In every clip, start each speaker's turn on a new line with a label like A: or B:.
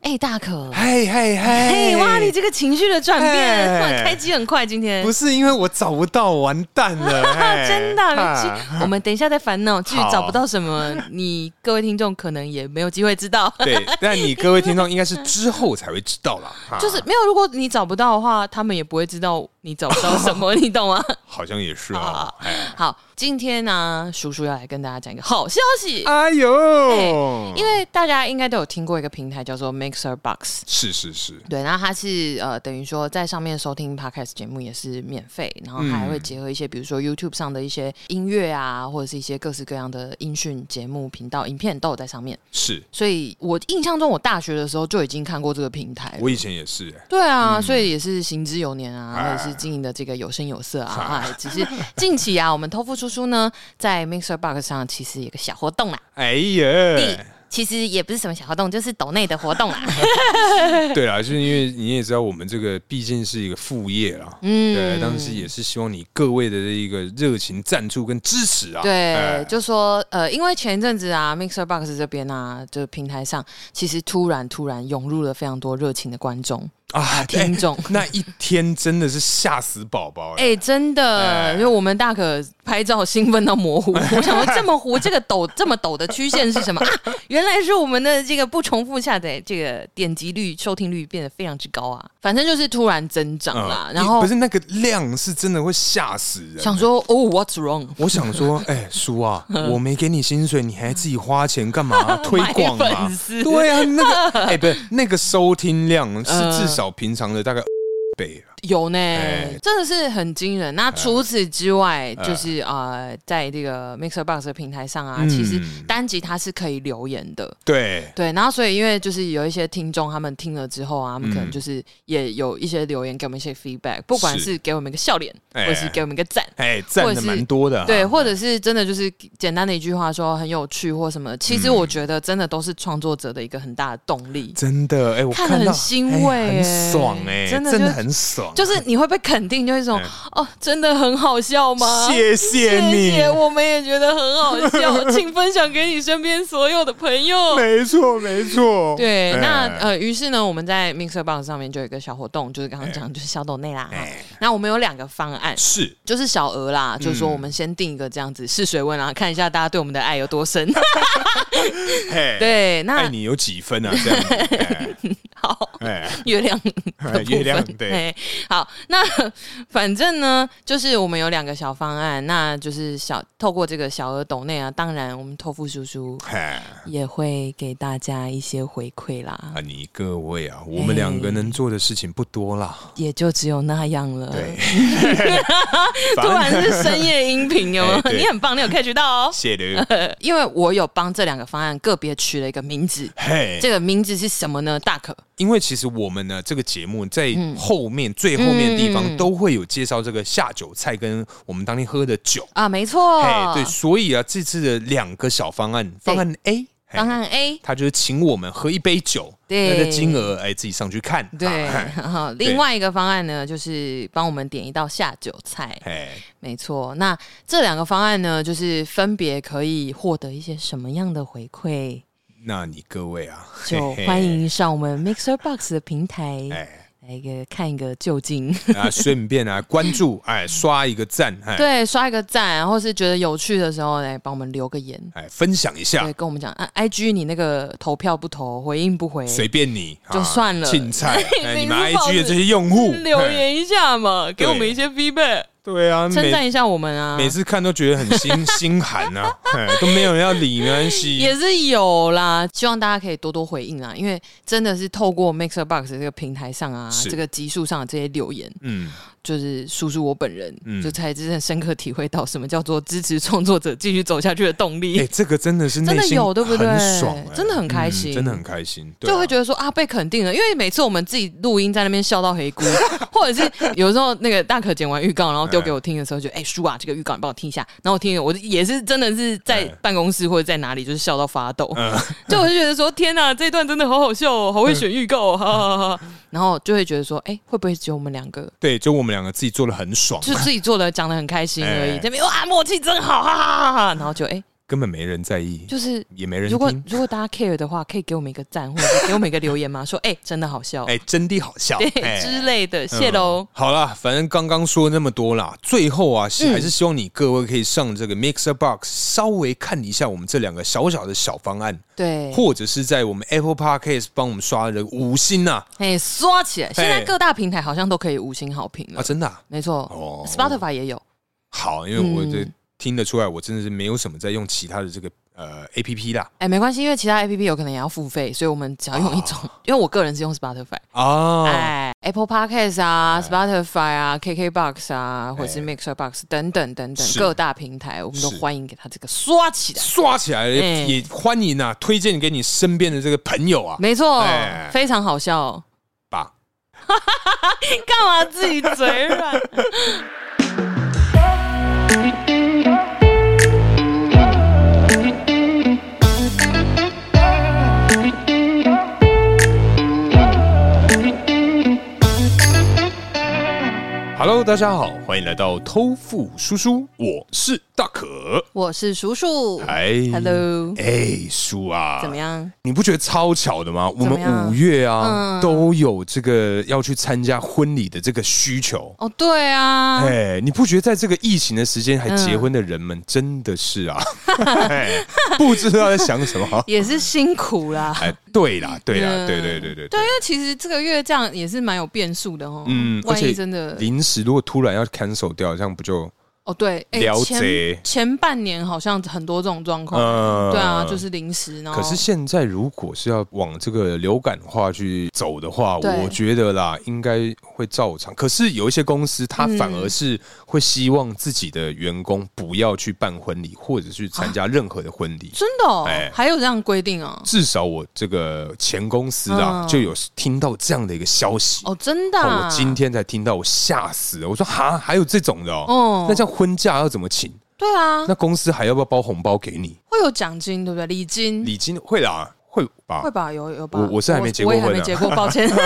A: 哎，大可，
B: 嘿嘿
A: 嘿
B: 嘿！
A: 哇，你这个情绪的转变，
B: 嘿
A: 哇，开机很快，今天
B: 不是因为我找不到，完蛋 了，嘿
A: 真的，
B: 啊
A: 其我们等一下再烦恼，至于
B: 好
A: 找不到什么，你各位听众可能也没有机会知 道。
B: 对，但你各位听众应该是之后才会知道啦，哈
A: 就是没有，如果你找不到的话，他们也不会知道你找不到什么，你懂 吗？
B: 好像也是
A: 好
B: 哦
A: 好。好，今天呢、叔叔要来跟大家讲一个好消息，
B: 哎呦，
A: 哎因为大家应该都有听过一个平台叫做 Mixer Box。
B: 是是是，
A: 对，那它是呃，等于说在上面收听 podcast 节目也是免费，然后还会结合一些，比如说 YouTube 上的一些音乐啊，或者是一些各式各样的音讯节目频道、影片都有在上面。
B: 是
A: 所以我印象中，我大学的时候就已经看过这个平台了。
B: 我以前也是，
A: 对啊，所以也是行之有年啊，
B: 哎
A: 也是经营的这个有声有色啊。哎，只是近期啊，我 们偷富叔叔呢，在 Mixer Box 上其实有个小活动啦，
B: 哎呀，
A: 其实也不是什么小活动，就是抖内的活动啦。
B: 对啦，就是因为你也知道，我们这个毕竟是一个副业啦，
A: 嗯
B: 对，当时也是希望你各位的这一个热情赞助跟支持啊，
A: 对
B: 哎，
A: 就说呃，因为前一阵子啊，Mixer Box 这边啊，就是平台上，其实突然突然涌入了非常多热情的观众
B: 啊，对
A: 听众。
B: 那一天真的是吓死宝宝哎
A: 哎、真的，
B: 哎
A: 因为我们大可拍照兴奋到模 糊，我想说这么糊，这个抖这么抖的曲线是什么啊？原来是我们的这个不重复下载这个点击率、收听率变得非常之高啊！反正就是突然增长
B: 嗯
A: 啦，
B: 一
A: 然后
B: 不是那个量是真的会吓死人。
A: 想说哦，What's wrong？
B: 我想说， 哎、叔啊，我没给你薪水，你还自己花钱干嘛、推 广
A: 买
B: 嘛
A: 粉？丝
B: 对啊，那个哎、不是那个收听量是
A: 呃
B: 至少平常的大概
A: 嗯
B: 倍啊
A: 有呢，
B: 哎
A: 真的是很惊人。那除此之外，就是呃，在这个 Mixer Box 的平台上啊，
B: 嗯
A: 其实单集它是可以留言的。
B: 对，
A: 对，然后所以因为就是有一些听众，他们听了之后啊，他们可能
B: 嗯
A: 就是也有一些留言给我们一些 feedback，不管
B: 是
A: 是给我们一个笑脸，
B: 哎
A: 或是给我们一个赞，
B: 哎、赞
A: 或
B: 的
A: 者是
B: 蛮多的啊、
A: 对，或者是真的就是简单的一句话说很有趣或什么。其实我觉得真的都是创作者的一个很大的动力，
B: 嗯真的，哎、我
A: 看
B: 看
A: 得
B: 到
A: 很欣
B: 哎
A: 慰哎
B: 很爽哎、
A: 真的
B: 真的
A: 就
B: 很爽，
A: 就是你会被肯定，就是一种
B: 哎
A: 哦，真的很好笑吗？
B: 谢谢
A: 谢
B: 你，
A: 谢，我们也觉得很好 笑，请分享给你身边所有的朋友。
B: 没错没错，
A: 对，
B: 哎
A: 那呃，于是呢，我们在 Mixer Box 上面就有一个小活动，就是刚刚
B: 嗯
A: 讲，就是小抖内啦。哈
B: 哎
A: 那我们有两个方案，
B: 是
A: 就是小额
B: 嗯
A: 啦，就是说我们先定一个这样子试水温啊，看一下大家对我们的爱有多 深。
B: 哎，
A: 对，
B: 爱
A: 那
B: 你有几分啊？这样子，哎
A: 好，
B: 哎
A: 月亮
B: 哎
A: 的部分
B: 月亮对
A: 嘿好，那 反正呢，就是我们有两个小方案，那就是小透过这个小额抖内啊，当然我们托付叔叔
B: 哎。
A: 也会给大家一些回馈啦，
B: 啊，你各位啊，我们两个能做的事情不多啦。
A: 也就只有那样了。
B: 对，
A: 突然是深夜音频哦
B: 哎，对
A: 你很棒，你有 catch 到哦。
B: 谢了，
A: 因为我有帮这两个方案个别取了一个名字，
B: 嘿，
A: 这个名字是什么呢？大可
B: 因为其实我们呢，这个节目在后面、最后面的地
A: 嗯嗯
B: 方
A: 嗯
B: 都会有介绍这个下酒菜跟我们当天喝的酒。
A: 啊，没错
B: 嘿，，对，所以啊，这次的两个小方案，方案 A，嘿
A: 方案 A
B: 他就是请我们喝一杯酒，
A: 对
B: 那个金额哎自己上去看。
A: 对，
B: 啊
A: 然后另外一个方案呢，就是帮我们点一道下酒菜，
B: 嘿，
A: 没错。那这两个方案呢，就是分别可以获得一些什么样的回馈，
B: 那你各位啊，
A: 就
B: 嘿嘿
A: 欢迎上我们 Mixer Box 的平台
B: 哎
A: 来一个看一个究竟。
B: 啊，顺便啊关注哎，刷一个赞哎，
A: 对，刷一个赞，或是觉得有趣的时候，来帮我们留个言，
B: 哎，分享一下
A: 对，，跟我们讲啊，IG 你那个投票不投，回应不回，
B: 随便你，
A: 哦就
B: 啊
A: 算 了
B: 青菜，哎你们
A: 你是抱
B: IG 的
A: 着
B: 这些用户
A: 留，
B: 哎
A: 言一下嘛，给我们一些 feedback，
B: 对啊，
A: 称赞
B: 每
A: 一下我们啊。
B: 每次看都觉得很心 心寒呐，哎都没有人要理，没关系。
A: 也是有啦，希望大家可以多多回应啊，因为真的是透过 Mixer Box 这个平台上啊，
B: 是
A: 这个集数上的这些留言，
B: 嗯，
A: 就是叔叔我本人、
B: 嗯
A: 就才真正深刻体会到什么叫做支持创作者继续走下去的动力，
B: 哎，这个真的是
A: 真的
B: 内心
A: 有对不对
B: 很爽，哎
A: 真的很开
B: 嗯
A: 心
B: 真的很开心，对啊
A: 就会觉得说啊被肯定了，因为每次我们自己录音在那边笑到黑咕，或者是有时候那个大可剪完预告，然后丢给我听的时候，就哎、叔啊，这个预告你帮我听一下，然后我听了，我也是真的是在
B: 哎
A: 办公室或者在哪里就是笑到发抖，
B: 嗯
A: 就我就觉得说天哪、这一段真的好好笑哦，好会选预告、哦，哈哈哈哈，然后就会觉得说哎、会不会只有我们两个？
B: 对，就我们两个自己做的很爽，
A: 就自己做的，讲的很开心而已
B: 哎。
A: 这边哇，默契真好，哈哈哈哈！然后就哎、
B: 根本没人在意，
A: 就是
B: 也没人
A: 如果
B: 听。
A: 如果大家 care 的话，可以给我们一个赞，或者是给我们一个留言吗？说 哎、真的好笑，
B: 哎、真的好笑，
A: 对、
B: 哎
A: 之类的，谢喽。
B: 好啦，反正刚刚说那么多啦，最后啊，是
A: 嗯
B: 还是希望你各位可以上这个 Mixer Box 稍微看一下我们这两个小小的小方案，
A: 对，
B: 或者是在我们 Apple Podcast 帮我们刷了五星啊呐
A: 哎、刷起来，现在
B: 哎
A: 各大平台好像都可以五星好评了，
B: 啊，真的啊、
A: 没错、
B: 哦
A: s p o t i f y 也有，
B: 好，因为我这
A: 嗯
B: 听得出来，我真的是没有什么在用其他的这个呃 A P P 啦
A: 哎、没关系，因为其他 A P P 有可能也要付费，所以我们只要用一种，
B: 哦
A: 因为我个人是用 Spotify，
B: 啊，
A: 哎、Apple Podcast 啊、Spotify
B: 哎
A: 啊、KKBox 啊，或者是 Mixer Box 等等等等
B: 是
A: 各大平台，我们都
B: 是
A: 欢迎给它这个刷起来。
B: 刷起来
A: 哎
B: 也欢迎啊，推荐给你身边的这个朋友啊，
A: 没错
B: 哎，
A: 非常好笑、
B: 吧。
A: 干嘛自己嘴软？
B: Hello，大家好，欢迎来到偷富叔叔，我是大可。
A: 我是叔叔
B: 哎
A: ，Hello，
B: 哎，叔啊，
A: 怎么样？
B: 你不觉得超巧的吗？我
A: 么样
B: 们五月啊、
A: 嗯
B: 都有这个要去参加婚礼的这个需求。
A: 哦，对啊，
B: 哎，你不觉得在这个疫情的时间还结婚的人们真的是啊，
A: 嗯
B: 哎不知道在想什么？
A: 也是辛苦啦。
B: 哎，对啦，对啦，
A: 嗯
B: 对对对对
A: 对，因为其实这个月这样也是蛮有变数的哦。
B: 嗯而
A: 万
B: 且
A: 一真的
B: 临时如果突然要 cancel 掉，这样不就
A: 哦，对，哎
B: 了解
A: 前前半年好像很多这种状况，
B: 嗯
A: 对啊，就是临时，然后
B: 可是现在如果是要往这个流感化去走的话，
A: 对
B: 我觉得啦，应该会照常。可是有一些公司，它反
A: 嗯
B: 而是会希望自己的员工不要去办婚礼，或者去参加任何的婚礼。
A: 真的哦
B: 哎，
A: 还有这样规定啊？
B: 至少我这个前公司啊，
A: 嗯
B: 就有听到这样的一个消息。
A: 哦，真的啊
B: 我今天才听到，我吓死了！我说哈，还有这种的哦。
A: 哦
B: 那，这样婚假要怎么请？
A: 对啊，
B: 那公司还要不要包红包给你？
A: 会有奖金，对不对？礼金
B: 礼金会啦，会
A: 嗯
B: 吧
A: 会？吧？有有吧？
B: 我我是还没结过
A: 我也还
B: 婚啊
A: 没结过，抱 歉，
B: 可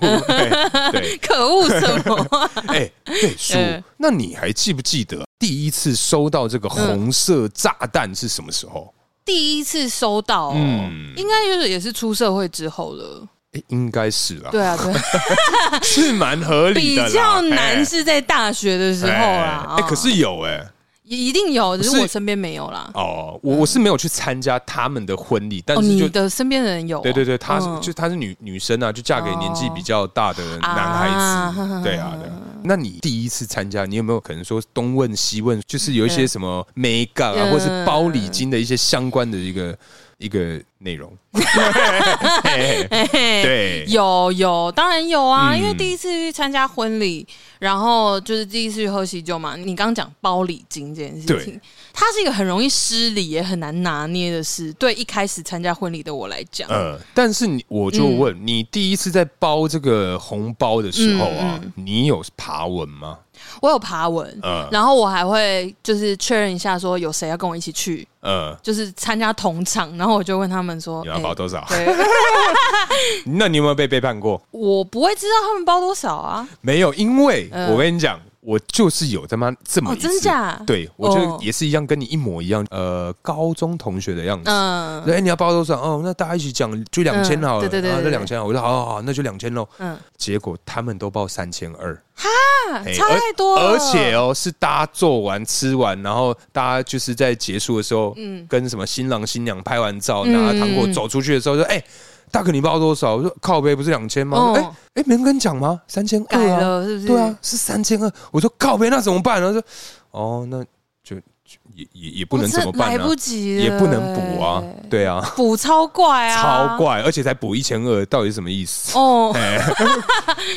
B: 恶！对对，
A: 可恶什么？
B: 哎、对，叔，
A: 嗯
B: 那你还记不记得第一次收到这个红色炸弹是什么时候？
A: 第一次收到哦，
B: 嗯
A: 应该就是也是出社会之后 了。
B: 哎、应该是啦，
A: 对啊， 对啊，
B: 是蛮合理
A: 比
B: 的啦，
A: 较难
B: 哎
A: 是在大学的时候啦。啊
B: 哎、哎可是有哎、
A: 也一定有，只
B: 不
A: 是
B: 是
A: 我身边没有啦。
B: 哦，我我是没有去参加他们的婚礼，但
A: 哦，
B: 是就、
A: 你的身边的人有哦？
B: 对对对，她是、
A: 嗯哦
B: 就她是女女生啊，就嫁给年纪比较大的男孩
A: 啊
B: 子，对啊对啊。那你第一次参加，你有没有可能说东问西问，就是有一些
A: 对
B: 什么 make up 啊，
A: 嗯
B: 或是包礼金的一些相关的一个一个 内容？
A: 嘿嘿
B: 对，
A: 有有，当然有啊，
B: 嗯
A: 因为第一次去参加婚礼，然后就是第一次去喝喜酒嘛。你刚刚讲包礼金这件事
B: 对
A: 情，它是一个很容易失礼也很难拿捏的事。对一开始参加婚礼的我来讲，
B: 呃，但是你我就问、
A: 嗯
B: 你，第一次在包这个红包的时候
A: 嗯
B: 啊，你有爬文吗？
A: 我有爬文，
B: 呃
A: 然后我还会就是确认一下说有谁要跟我一起去，
B: 呃，
A: 就是参加同场，然后我就问他们说，
B: 你要包
A: 哦哎
B: 多少？
A: 对，
B: 那你有没有被背叛过？
A: 我不会知道他们包多少啊。
B: 没有，因为
A: 嗯
B: 我跟你讲，我就是有他妈这么
A: 哦
B: 一次，
A: 真假
B: 对我就
A: 哦
B: 也是一样，跟你一模一样，呃，高中同学的样子。
A: 嗯
B: 对，哎，你要包多少？哦，那大家一起讲，就两千好了。
A: 对对对对
B: 啊那
A: 对
B: 两千，我说好好好，那就两千喽。
A: 嗯，
B: 结果他们都报三千二，
A: 啊
B: 哎
A: 差太多了，
B: 而且哦，是大家做完吃完，然后大家就是在结束的时候，嗯，跟什么新郎新娘拍完照，
A: 嗯
B: 拿糖果
A: 嗯嗯
B: 走出去的时候，说，哎，大哥你包多少？我说靠背不是两千吗？
A: 哦
B: 哎哎，没人跟你讲吗？三千二
A: 改
B: 啊。
A: 了是不是？
B: 对啊，，是三千二。我说靠别那怎么办？然后说哦，那就就也也也不能怎么办
A: 来
B: 呢、
A: 不及了，哎
B: 也不能补啊，对啊，
A: 补超怪啊，
B: 超怪，而哎且才补一千二，到底是什么意 思？
A: 哦。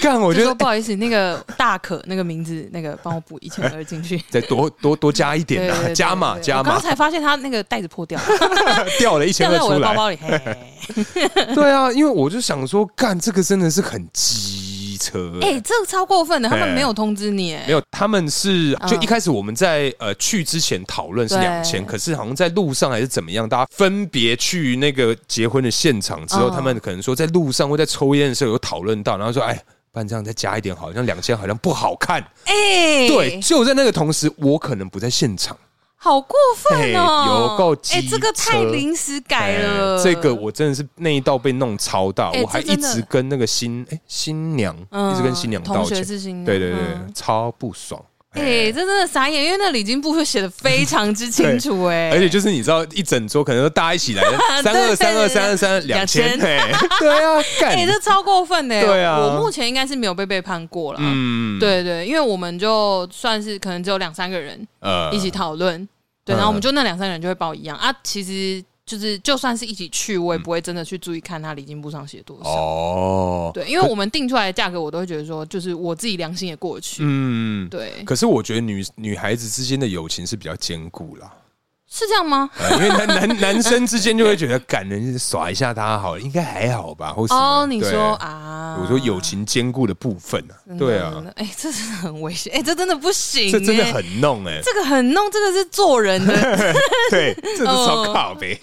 B: 干、我
A: 我
B: 觉
A: 就
B: 得
A: 说不好意思，那个大可那个名字，那个帮我补一千二进去。
B: 再多多多加一 点
A: 对对
B: 啊，
A: 对
B: 加
A: 对
B: 码
A: 对
B: 加
A: 我刚
B: 码，
A: 才发现他那个袋子破掉了，
B: 掉了一千
A: 掉
B: 二
A: 在我
B: 出
A: 的包
B: 来。
A: 包里。嘿嘿嘿
B: 对啊，因为我就想说，干这个真的是很机车、欸。
A: 哎，这个超过分的，他们
B: 哎
A: 没有通知你，哎
B: 没，有，他们是
A: 嗯
B: 就一开始我们在呃去之前讨论是
A: 对
B: 两千，可是好像在路上还是怎么样，大家分别去那个结婚的现场之后，
A: 嗯
B: 他们可能说在路上或在抽烟的时候有讨论到，然后说哎。不然这样再加一 点，好像两千好像不好看。
A: 哎，
B: 对，就在那个同时，我可能不在现场，
A: 好过分哦！
B: 嘿有够机
A: 哎、这个太
B: 车
A: 临时改了，
B: 哎这个我真的是那一道被弄超大，
A: 哎
B: 我还
A: 这
B: 一
A: 真的
B: 直跟那个新哎、新娘、
A: 嗯
B: 一直跟新娘道
A: 同学
B: 歉，
A: 是新娘，
B: 对对对，
A: 嗯
B: 超不爽。
A: 哎、这真的傻眼，因为那礼金部分写的非常之清楚、哎，
B: 而且就是你知道，一整桌可能都大家一 起来，三二三二三二三两千，
A: 2000
B: 嘿 对啊，干
A: 哎、，这超过分的、哎
B: 对啊
A: 我目前应该是没有被背叛过了。
B: 嗯，
A: 对对，因为我们就算是可能只有两三个人
B: 呃
A: 一起讨论，对，然
B: 嗯
A: 后我们就那两三个人就会报一样啊。其实就是就算是一起去，我也不会真的去注意看他礼金簿上写多少。
B: 嗯哦，
A: 对，因为我们定出来的价格，我都会觉得说，就是我自己良心也过得去。
B: 嗯，
A: 对，
B: 可是我觉得女女孩子之间的友情是比较坚固啦，
A: 是这样吗？
B: 呃因为男男男生之间就会觉得，感人耍一下他好了，应该还好吧，或什么
A: 哦，你
B: 对
A: 说啊，
B: 我说友情坚固的部分啊
A: 真，的，
B: 对啊
A: 真，的，哎，这真的很危险，哎，这真的不行，
B: 这真的
A: 哎
B: 很弄哎，
A: 这个很弄，这个是做人的，
B: 对，这是超
A: 哦
B: 靠呗，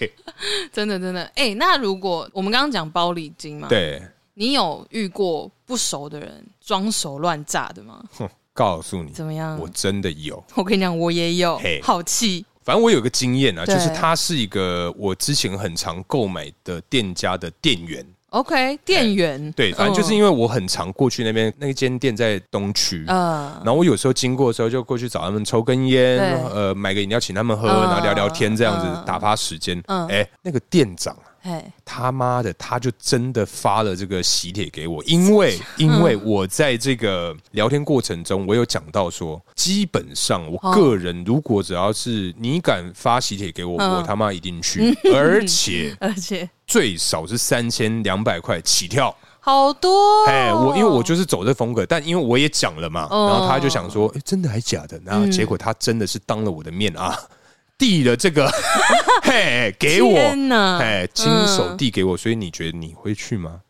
A: 真的真的。哎，那如果我们刚刚讲包礼金嘛，
B: 对，
A: 你有遇过不熟的人装熟乱炸的吗？
B: 哼告诉你，
A: 怎么样？
B: 我
A: 我
B: 真的有。
A: 跟你讲，我也有
B: 嘿，
A: 好气，
B: 反正我有个经验啊，
A: 对
B: 就是他是一个我之前很常购买的店家的店员。
A: OK，店员嗯
B: 对，反正就是因
A: 为
B: 为我很常过去那边，那间店在东区。
A: 呃
B: 然后我有时候经过的时候，就过去找他们抽根烟，
A: 对
B: 呃，买个饮料请他们喝，
A: 嗯
B: 然后聊聊天，这样子、
A: 嗯
B: 打发时间。
A: 嗯
B: 哎、那个店长啊
A: 哎
B: 他妈的，他就真的发了这个喜帖给我，因为因
A: 嗯
B: 为我在这个聊天过程中，我有讲到说，基本上我个人如果只要是你敢发喜帖给我，
A: 嗯
B: 我他妈一定去， 而且
A: 而且
B: 最少是三千两百块起跳。
A: 好多哦，
B: 哎，我因为我就是走这风格，但因为我也讲了嘛，
A: 哦嗯
B: 然后他就想说，哎，真的还假的？然后结果他真的是当了我的面啊，递了这 个，嘿，给我。
A: 天哪，
B: 哎，亲手
A: 嗯
B: 递给我，所以你觉得你会去吗？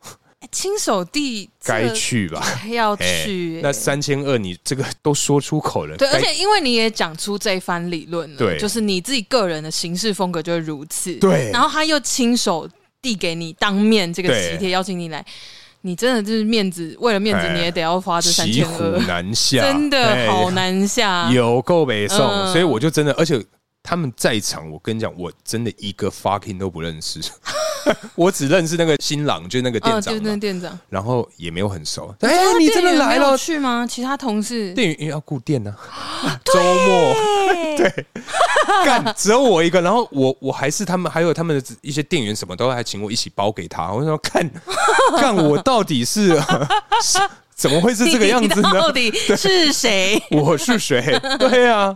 A: 亲手递
B: 该去吧。
A: 要
B: 哎
A: 去、
B: 那三千二，你这个都说出口了，
A: 对，
B: 该
A: 而且因为你也讲出这一番理论了，
B: 对
A: 就是你自己个人的行事风格就会如此，
B: 对
A: 然后他又亲手递给你当面这个
B: 对
A: 喜帖，邀请你来，你真的就是面子，为了面子
B: 哎
A: 你也得要花这三
B: 骑
A: 千
B: 哎虎
A: 二，
B: 难下，
A: 真的
B: 哎
A: 好难下，
B: 有够北宋，
A: 嗯
B: 所以我就真的，而且他们在场，我跟你讲，我真的一个 fucking 都不认识， 我只认识那个新郎，就是那个店
A: 嗯，
B: 长
A: 对
B: 嘛，
A: 对，店长，啊
B: 然后也没有很熟。哎，你真的
A: 店员
B: 来
A: 没有
B: 了？
A: 去吗？其他同事，
B: 店员因为要顾店呢，啊 周末。
A: 对，
B: 干，只有我一个。然后我我还是他们，还有他们的一些店员什么都还请我一起包给他。我说看， 看我到底是 是怎么会是这个样子
A: 你
B: 呢
A: 到？底是谁？
B: 我是 谁？对啊，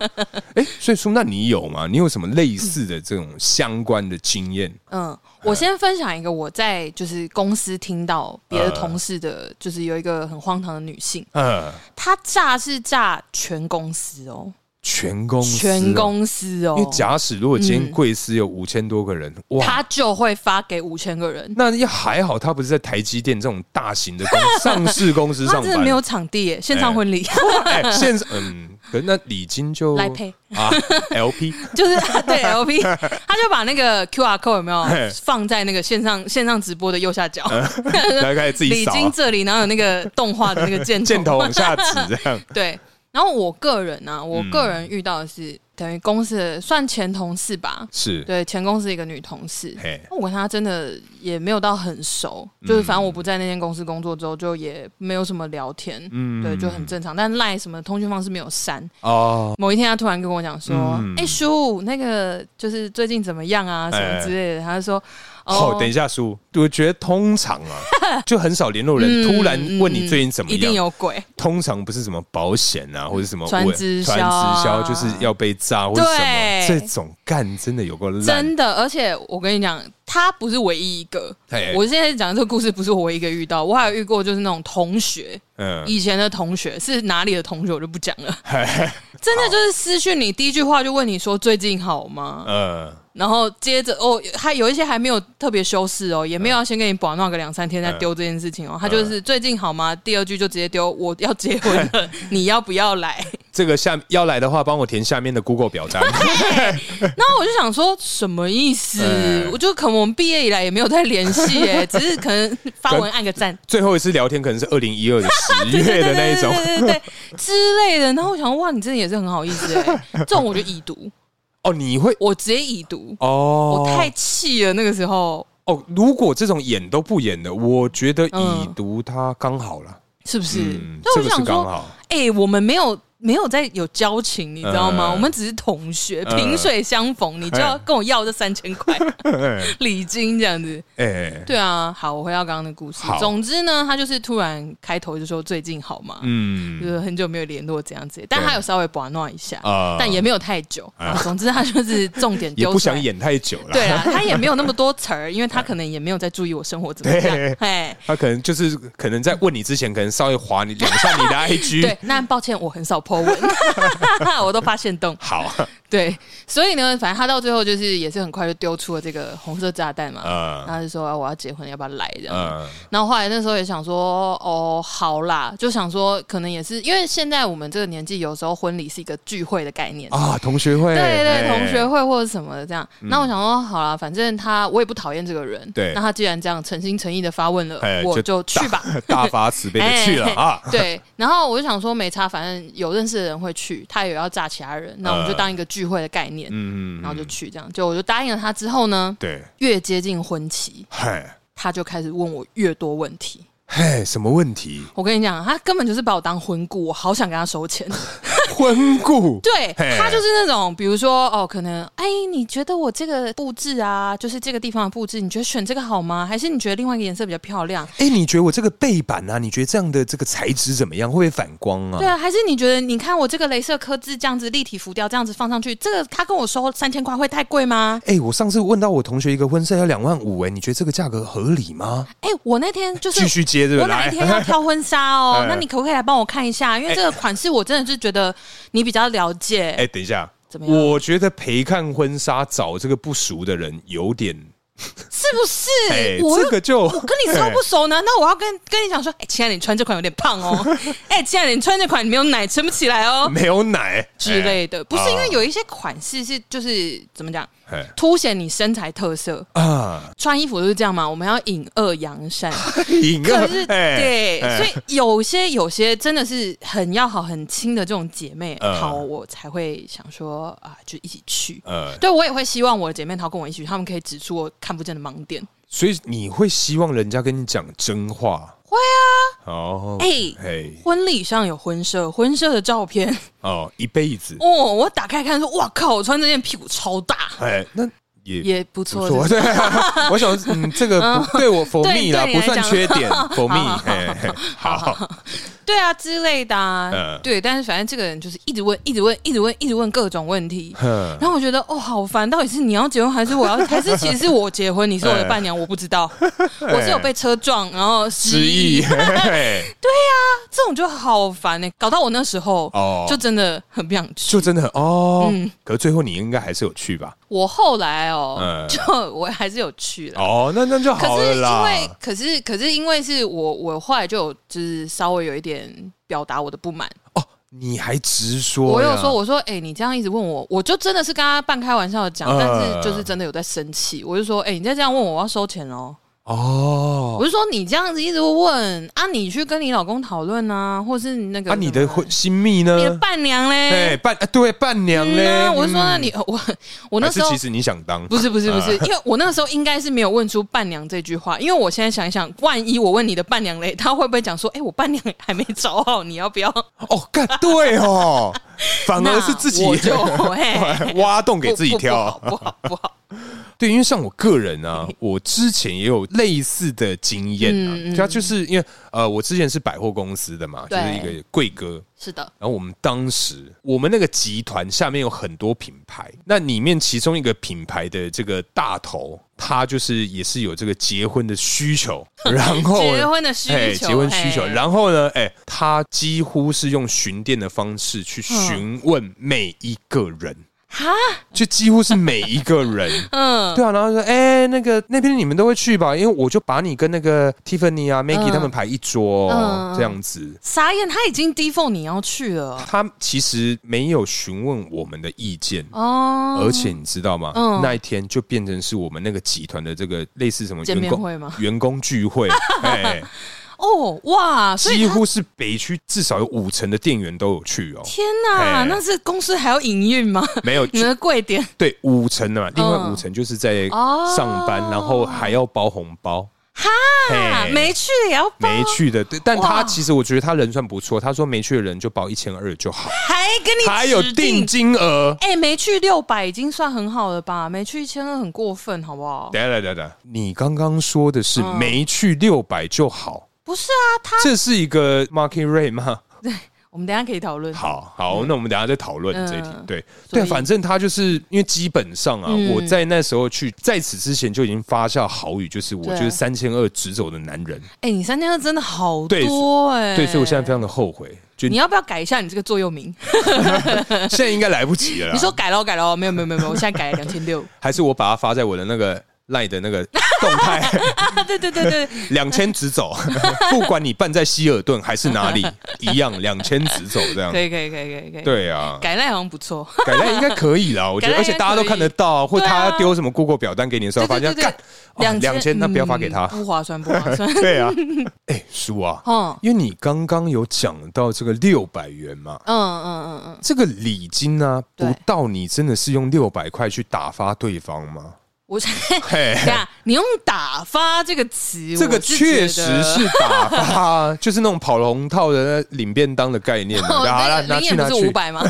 B: 哎、所以说，那你有吗？你有什么类似的这种相关的经验？
A: 嗯，我先分享一个我在就是公司听到别
B: 嗯
A: 的同事的，就是有一个很荒唐的女性，
B: 呃，
A: 她炸是炸全公司哦，
B: 全公司、哦啊
A: 全。公司哦
B: 因为，假使如果今天
A: 嗯
B: 贵司有五千多个人，哇，
A: 她就会发给五千个人。
B: 那也还好，他不是在台积电这种大型的公上市公 司
A: 她
B: 上
A: 真的
B: 班
A: 没，有场地耶，现场婚礼、
B: 哎、现在嗯，可是那礼金就
A: 来配，
B: 啊，LP
A: 就是 啊对 LP，她就把那个 QR code 有没有
B: 嘿
A: 放在那个线上线上直播的右下角，
B: 然后开始自己
A: 礼
B: 扫
A: 金
B: 啊
A: 这里，然后有那个动画的那 个箭头，
B: 箭头往下指，这样
A: 对，然后我个人呢、啊，我个
B: 嗯
A: 人遇到的是、等于公司的算前同事吧，
B: 是
A: 对，前公司一个女同事。
B: 嘿，嗯
A: 我跟她真的也没有到很熟，就是反正我不在那间公司工作之后，就也没有什么聊天，
B: 嗯
A: 对，就很正常。但赖什么通讯方式没有删。
B: 哦，
A: 某一天，她突然跟我讲说：“哎、
B: 嗯
A: 叔，那个就是最近怎么样啊，什么之类的。她就说：“
B: 哎哦，等一下，叔，我觉得通常啊，就很少联络人突然问你最近怎么
A: 一定
B: 样，
A: 有鬼。
B: 通常不是什么保险啊，或者什么
A: 传
B: 问
A: 直
B: 传
A: 销啊
B: 直销，就是要被炸或者什么，
A: 对
B: 这种干真的有够烂，
A: 真的，而且我跟你讲，她不是唯一一个。
B: 嘿
A: 我现在讲这个故事不是我唯一一个遇到，我还有遇过就是那种同学，
B: 嗯，
A: 以前的同学是哪里的同学我就不讲了。真的就是私讯你，第一句话就问你说最近好吗？
B: 呃，
A: 然后接着哦，还有一些还没有特别修饰哦，也没有要先跟你保闹个两三天再丢这件事情哦。他就是最近好吗？第二句就直接丢我要结婚了，你要不要来？
B: 这个下要来的话，帮我填下面的 Google 表单，
A: 然后我就想说，什么意思？
B: 哎
A: 我就可能我们毕业以来也没有再联系，哎，只是可能发文按个赞，
B: 最后一次聊天可能是二零一二的十月的那一种，
A: 欸对对对对对对之类的。然后我想，哇，你真的也是很好意思哎、这种我就已读。
B: 哦，你会
A: 我直接已读，
B: 哦，
A: 我太气了。那个时候
B: 哦，如果这种演都不演的，我觉得已
A: 嗯
B: 读他刚好啦。
A: 是不是？
B: 嗯，
A: 所以我就
B: 这个是
A: 想
B: 刚
A: 说，
B: 好。
A: 哎、我们没有没有在有交情，你知道吗？
B: 嗯
A: 我们只是同学，
B: 嗯
A: 萍水相逢，你就要跟我要这三千块
B: 哎
A: 礼金这样子。
B: 哎，
A: 对啊，好，我回到刚刚的故事
B: 好。
A: 总之呢，他就是突然开头就说最近好吗？就
B: 嗯
A: 是很久没有联络这样子，但他有稍微把弄一下，
B: 啊
A: 但也没有太久。啊总之他就是重点
B: 也
A: 丢
B: 不
A: 出来
B: 想。演太久了。啊
A: 对啊，他也没有那么多词儿，因为他可能也没有在注意我生活怎么
B: 对
A: 样。哎，
B: 他可能就是可能在问你之前，可能稍微划你两下你 的 IG
A: 对。，那抱歉，我很少 po 文， 我都发现动。
B: 好，
A: 对，所以呢，反正他到最后就是也是很快就丢出了这个红色炸弹嘛，然后
B: 呃
A: 他就说、啊我要结婚，要不要来这样。
B: 呃，
A: 然后后来那时候也想说，哦，好啦，就想说可能也是因为现在我们这个年纪，有时候婚礼是一个聚会的概念。
B: 啊，同学
A: 对
B: 会，
A: 对，
B: 哎嗯
A: 同学，会或者什么的这样。那我想说，好啦，反正他我也不讨厌这个人。
B: 对
A: 那他既然这样诚心诚意的发问了
B: 哎，
A: 我
B: 就
A: 就去吧。哎
B: 大发慈悲的去了啊。
A: 对，然后我就想说没差，反正有认识的人会去，他也要炸其他人，那我们就当一个聚会的概念，
B: 呃嗯，
A: 然后就去这样。就我就答应了他之后呢，
B: 对，
A: 越接近婚期，
B: 嘿，
A: 他就开始问我越多问题。
B: 嘿，什么问题？
A: 我跟你讲，他根本就是把我当婚顾，我好想跟他收钱。
B: 婚故，
A: 对
B: 嘿
A: 他就是那种，比如说哦，可能哎，你觉得我这个布置啊，就是这个地方的布置，你觉得选这个好吗？还是你觉得另外一个颜色比较漂亮？
B: 哎，你觉得我这个背板啊，你觉得这样的这个材质怎么样？会不会反光啊？
A: 对啊，还是你觉得你看我这个镭射刻字这样子立体浮雕这样子放上去，这个他跟我收三千块会太贵吗？
B: 哎、我上次问到我同学一个婚纱要两万五，哎，你觉得这个价格合理吗？
A: 哎、我那天就
B: 继
A: 是。
B: 续接着
A: 我哪
B: 来
A: 一，天要挑婚纱哦
B: 哎？
A: 那你可不可以来帮我看一下？因为这个款式我真的是觉得你比较了解。
B: 哎、等一下，
A: 怎么样
B: 我觉得陪看婚纱找这个不熟的人有点，
A: 是不是？
B: 哎、
A: 我又
B: 这个就
A: 我跟你超不熟，难道我要跟跟你讲说，哎、亲爱的，你穿这款有点胖 哦，哎、亲爱的，你穿这款你没有奶撑不起来哦
B: 没有奶
A: 之类的，不是因
B: 嗯啊
A: 为有一些款式是就是怎么讲，
B: 哎
A: 凸显你身材特色，
B: 哎啊，
A: 穿衣服就是这样嘛，我们要隐恶扬善，
B: 一
A: 可
B: 个
A: 是
B: 哎
A: 对，
B: 哎
A: 所以有些有些真的是很要好很亲的这种姐妹
B: 嗯
A: 淘，我才会想说啊，就一起去。
B: 呃，
A: 对，我也会希望我的姐妹淘跟我一起去，她们可以指出我看不见的盲点。
B: 所以你会希望人家跟你讲真话？会啊，哦，
A: 哎、
B: 嘿，
A: 婚礼上有婚摄，婚摄的照片
B: 哦，一辈子，
A: 哦，我打开看说，哇靠，我穿这件屁股超 大，
B: 哎，那也
A: 也不
B: 不
A: 错。
B: 错，对啊， 我想，嗯，这个不对我 for
A: 对
B: me 啦，
A: 对你
B: 不
A: 来
B: 算
A: 讲
B: 缺点 for me，
A: 好
B: 嘿嘿好，
A: 对啊之类的、啊，
B: 嗯
A: 对。但是反正这个人就是一直问，一直问，一直问，一直问各种问 题。
B: 哼
A: 然后我觉得哦，好烦！到底是你要结婚，还 是我要，还是其实是我结婚，你是我的伴娘，我不知道。我是有被车撞，然后失
B: 失忆，
A: 忆，
B: 嘿嘿
A: 这种就好烦呢、欸搞到我那时候
B: 哦，
A: 就
B: 就
A: 真的很不想去。
B: 就真的很哦，
A: 嗯
B: 可是最后你应该还是有去吧？
A: 我后来哦，
B: 嗯
A: 就我还是有去了。
B: 哦，那那就
A: 可
B: 好
A: 是
B: 了
A: 因
B: 啦。
A: 为，可是可是因为是我，我后来就有就是稍微有一点表达我的不满。
B: 哦，你还直说呀，
A: 我有说，我说，哎、你这样一直问我，我就真的是跟他半开玩笑的讲，
B: 嗯
A: 但是就是真的有在生气。我就说，哎、你再这样问我，我要收钱哦。
B: 哦，
A: 我就说，你这样子一直问啊，你去跟你老公讨论啊，或是那个
B: 啊，你的
A: 什么
B: 婚新密呢
A: 你的？伴娘
B: 哎，
A: 嘞，
B: 伴啊对伴娘
A: 嗯
B: 嘞
A: 啊，我就说，那
B: 嗯
A: 你我我那
B: 还是
A: 时候
B: 其实你想当
A: 不是不是不
B: 啊
A: 是，因为我那个时候应该是没有问出伴娘这句话，因为我现在想一想，万一我问你的伴娘嘞，她会不会讲说，哎、我伴娘还没找好，你要不 要？
B: 哦，干对 哦，反而是自己
A: 那我就嘿
B: 挖洞给自己
A: 不
B: 跳。
A: 不不好不好不好，
B: 对，因为像我个人啊，我之前也有类似的经验啊，
A: 嗯嗯
B: 就它就是因为呃，我之前是百货公司的嘛，就
A: 对
B: 是一个贵哥。
A: 是的，
B: 然后我们当时，我们那个集团下面有很多品牌，那里面其中一个品牌的这个大头，他就是也是有这个结婚的需 求，然后呢
A: 结婚的需
B: 哎，
A: 求，
B: 结婚需求。
A: 嘿
B: 然后呢，哎、他几乎是用询店的方式去
A: 嗯
B: 询问每一个人，
A: 哈，
B: 就几乎是每一个人。
A: 嗯，
B: 对啊，然后说，哎、那个那边你们都会去吧？因为我就把你跟那个 Tiffany 啊、Maggie
A: 嗯
B: 他们排一桌、
A: 嗯嗯
B: 这样子。
A: 傻眼，他已经 default 你要去了
B: 他其实没有询问我们的意见，
A: 哦，
B: 而且你知道吗？
A: 嗯
B: 那一天就变成是我们那个集团的这个类似什么
A: 见
B: 员
A: 面
B: 工
A: 会吗？
B: 员工聚会，哎、
A: 哦，哇，所以
B: 几
A: 他
B: 乎是北区至少有五成的店员都有去哦，
A: 天哪，
B: 嘿
A: 那是公司还要营运吗？
B: 没有
A: 你们的贵点啊
B: 对五成的嘛，另外
A: 嗯
B: 五成就是在
A: 哦
B: 上班，然后还要包红包。
A: 啊，
B: 嘿
A: 没去也要包
B: 哎
A: 啊
B: 没去的，对，但他
A: 哇
B: 其实我觉得他人算不错，他说没去的人就包一千二就好，
A: 还给你
B: 还有
A: 指
B: 定。金额。
A: 哎、没去六百已经算很好了吧？没去一千二很过分，好不好？
B: 等一下等一下等一下，你刚刚说的
A: 嗯
B: 是没去六百就好，
A: 不是啊，他
B: 这是一个 market rate 吗？
A: 我们等一下可以讨论。
B: 好好，那我们等一下再讨论
A: 嗯
B: 这一题。对
A: 所以
B: 对，反正他就是因为基本上啊，
A: 嗯
B: 我在那时候去，在此之前就已经发下豪语，就是我
A: 对
B: 就是三千二直走的男人。
A: 哎、你三千二真的好
B: 对
A: 多哎、
B: 对，所以我现在非常的后悔，就
A: 你要不要改一下你这个座右铭？
B: 现在应该来不及了 啦。
A: 你说改了，改了，没有没有没有没有，我现在改了两千六。
B: 还是我把它发在我的那个赖的那个动 态？
A: 啊， 对对对 对，
B: 两千直走， 不管你办在希尔顿还是 哪里，一样两千直走这样
A: 可。以可以可以可以可以。，
B: 对啊，
A: 改赖好像不错。
B: 改赖应该可以啦，我觉得，
A: 改赖
B: 而且大家都看得到啊，或者
A: 对
B: 他
A: 啊
B: 丢什么 Google 表单给你的时候，
A: 对
B: 发
A: 对
B: 现
A: 对嗯
B: 干
A: 对，
B: 哦两千，那不要发给
A: 嗯
B: 他。
A: 不划算不 划算。
B: 对啊，哎，叔啊，
A: 哦，
B: 因为你刚刚有讲到这个六百元嘛。
A: 嗯嗯嗯嗯，
B: 这个礼金呢、啊，
A: 对
B: 不到你真的是用六百块去打发对方吗？
A: 我想
B: 嘿，
A: 等一下你用“打发”这个词，
B: 这个
A: 我是觉
B: 确实
A: 得
B: 是打发，就是那种跑龙套的那领便当的概念嘛。
A: 哦
B: 好啦，
A: 那个零
B: 拿去
A: 眼不
B: 拿
A: 是五
B: 去，
A: 百吗？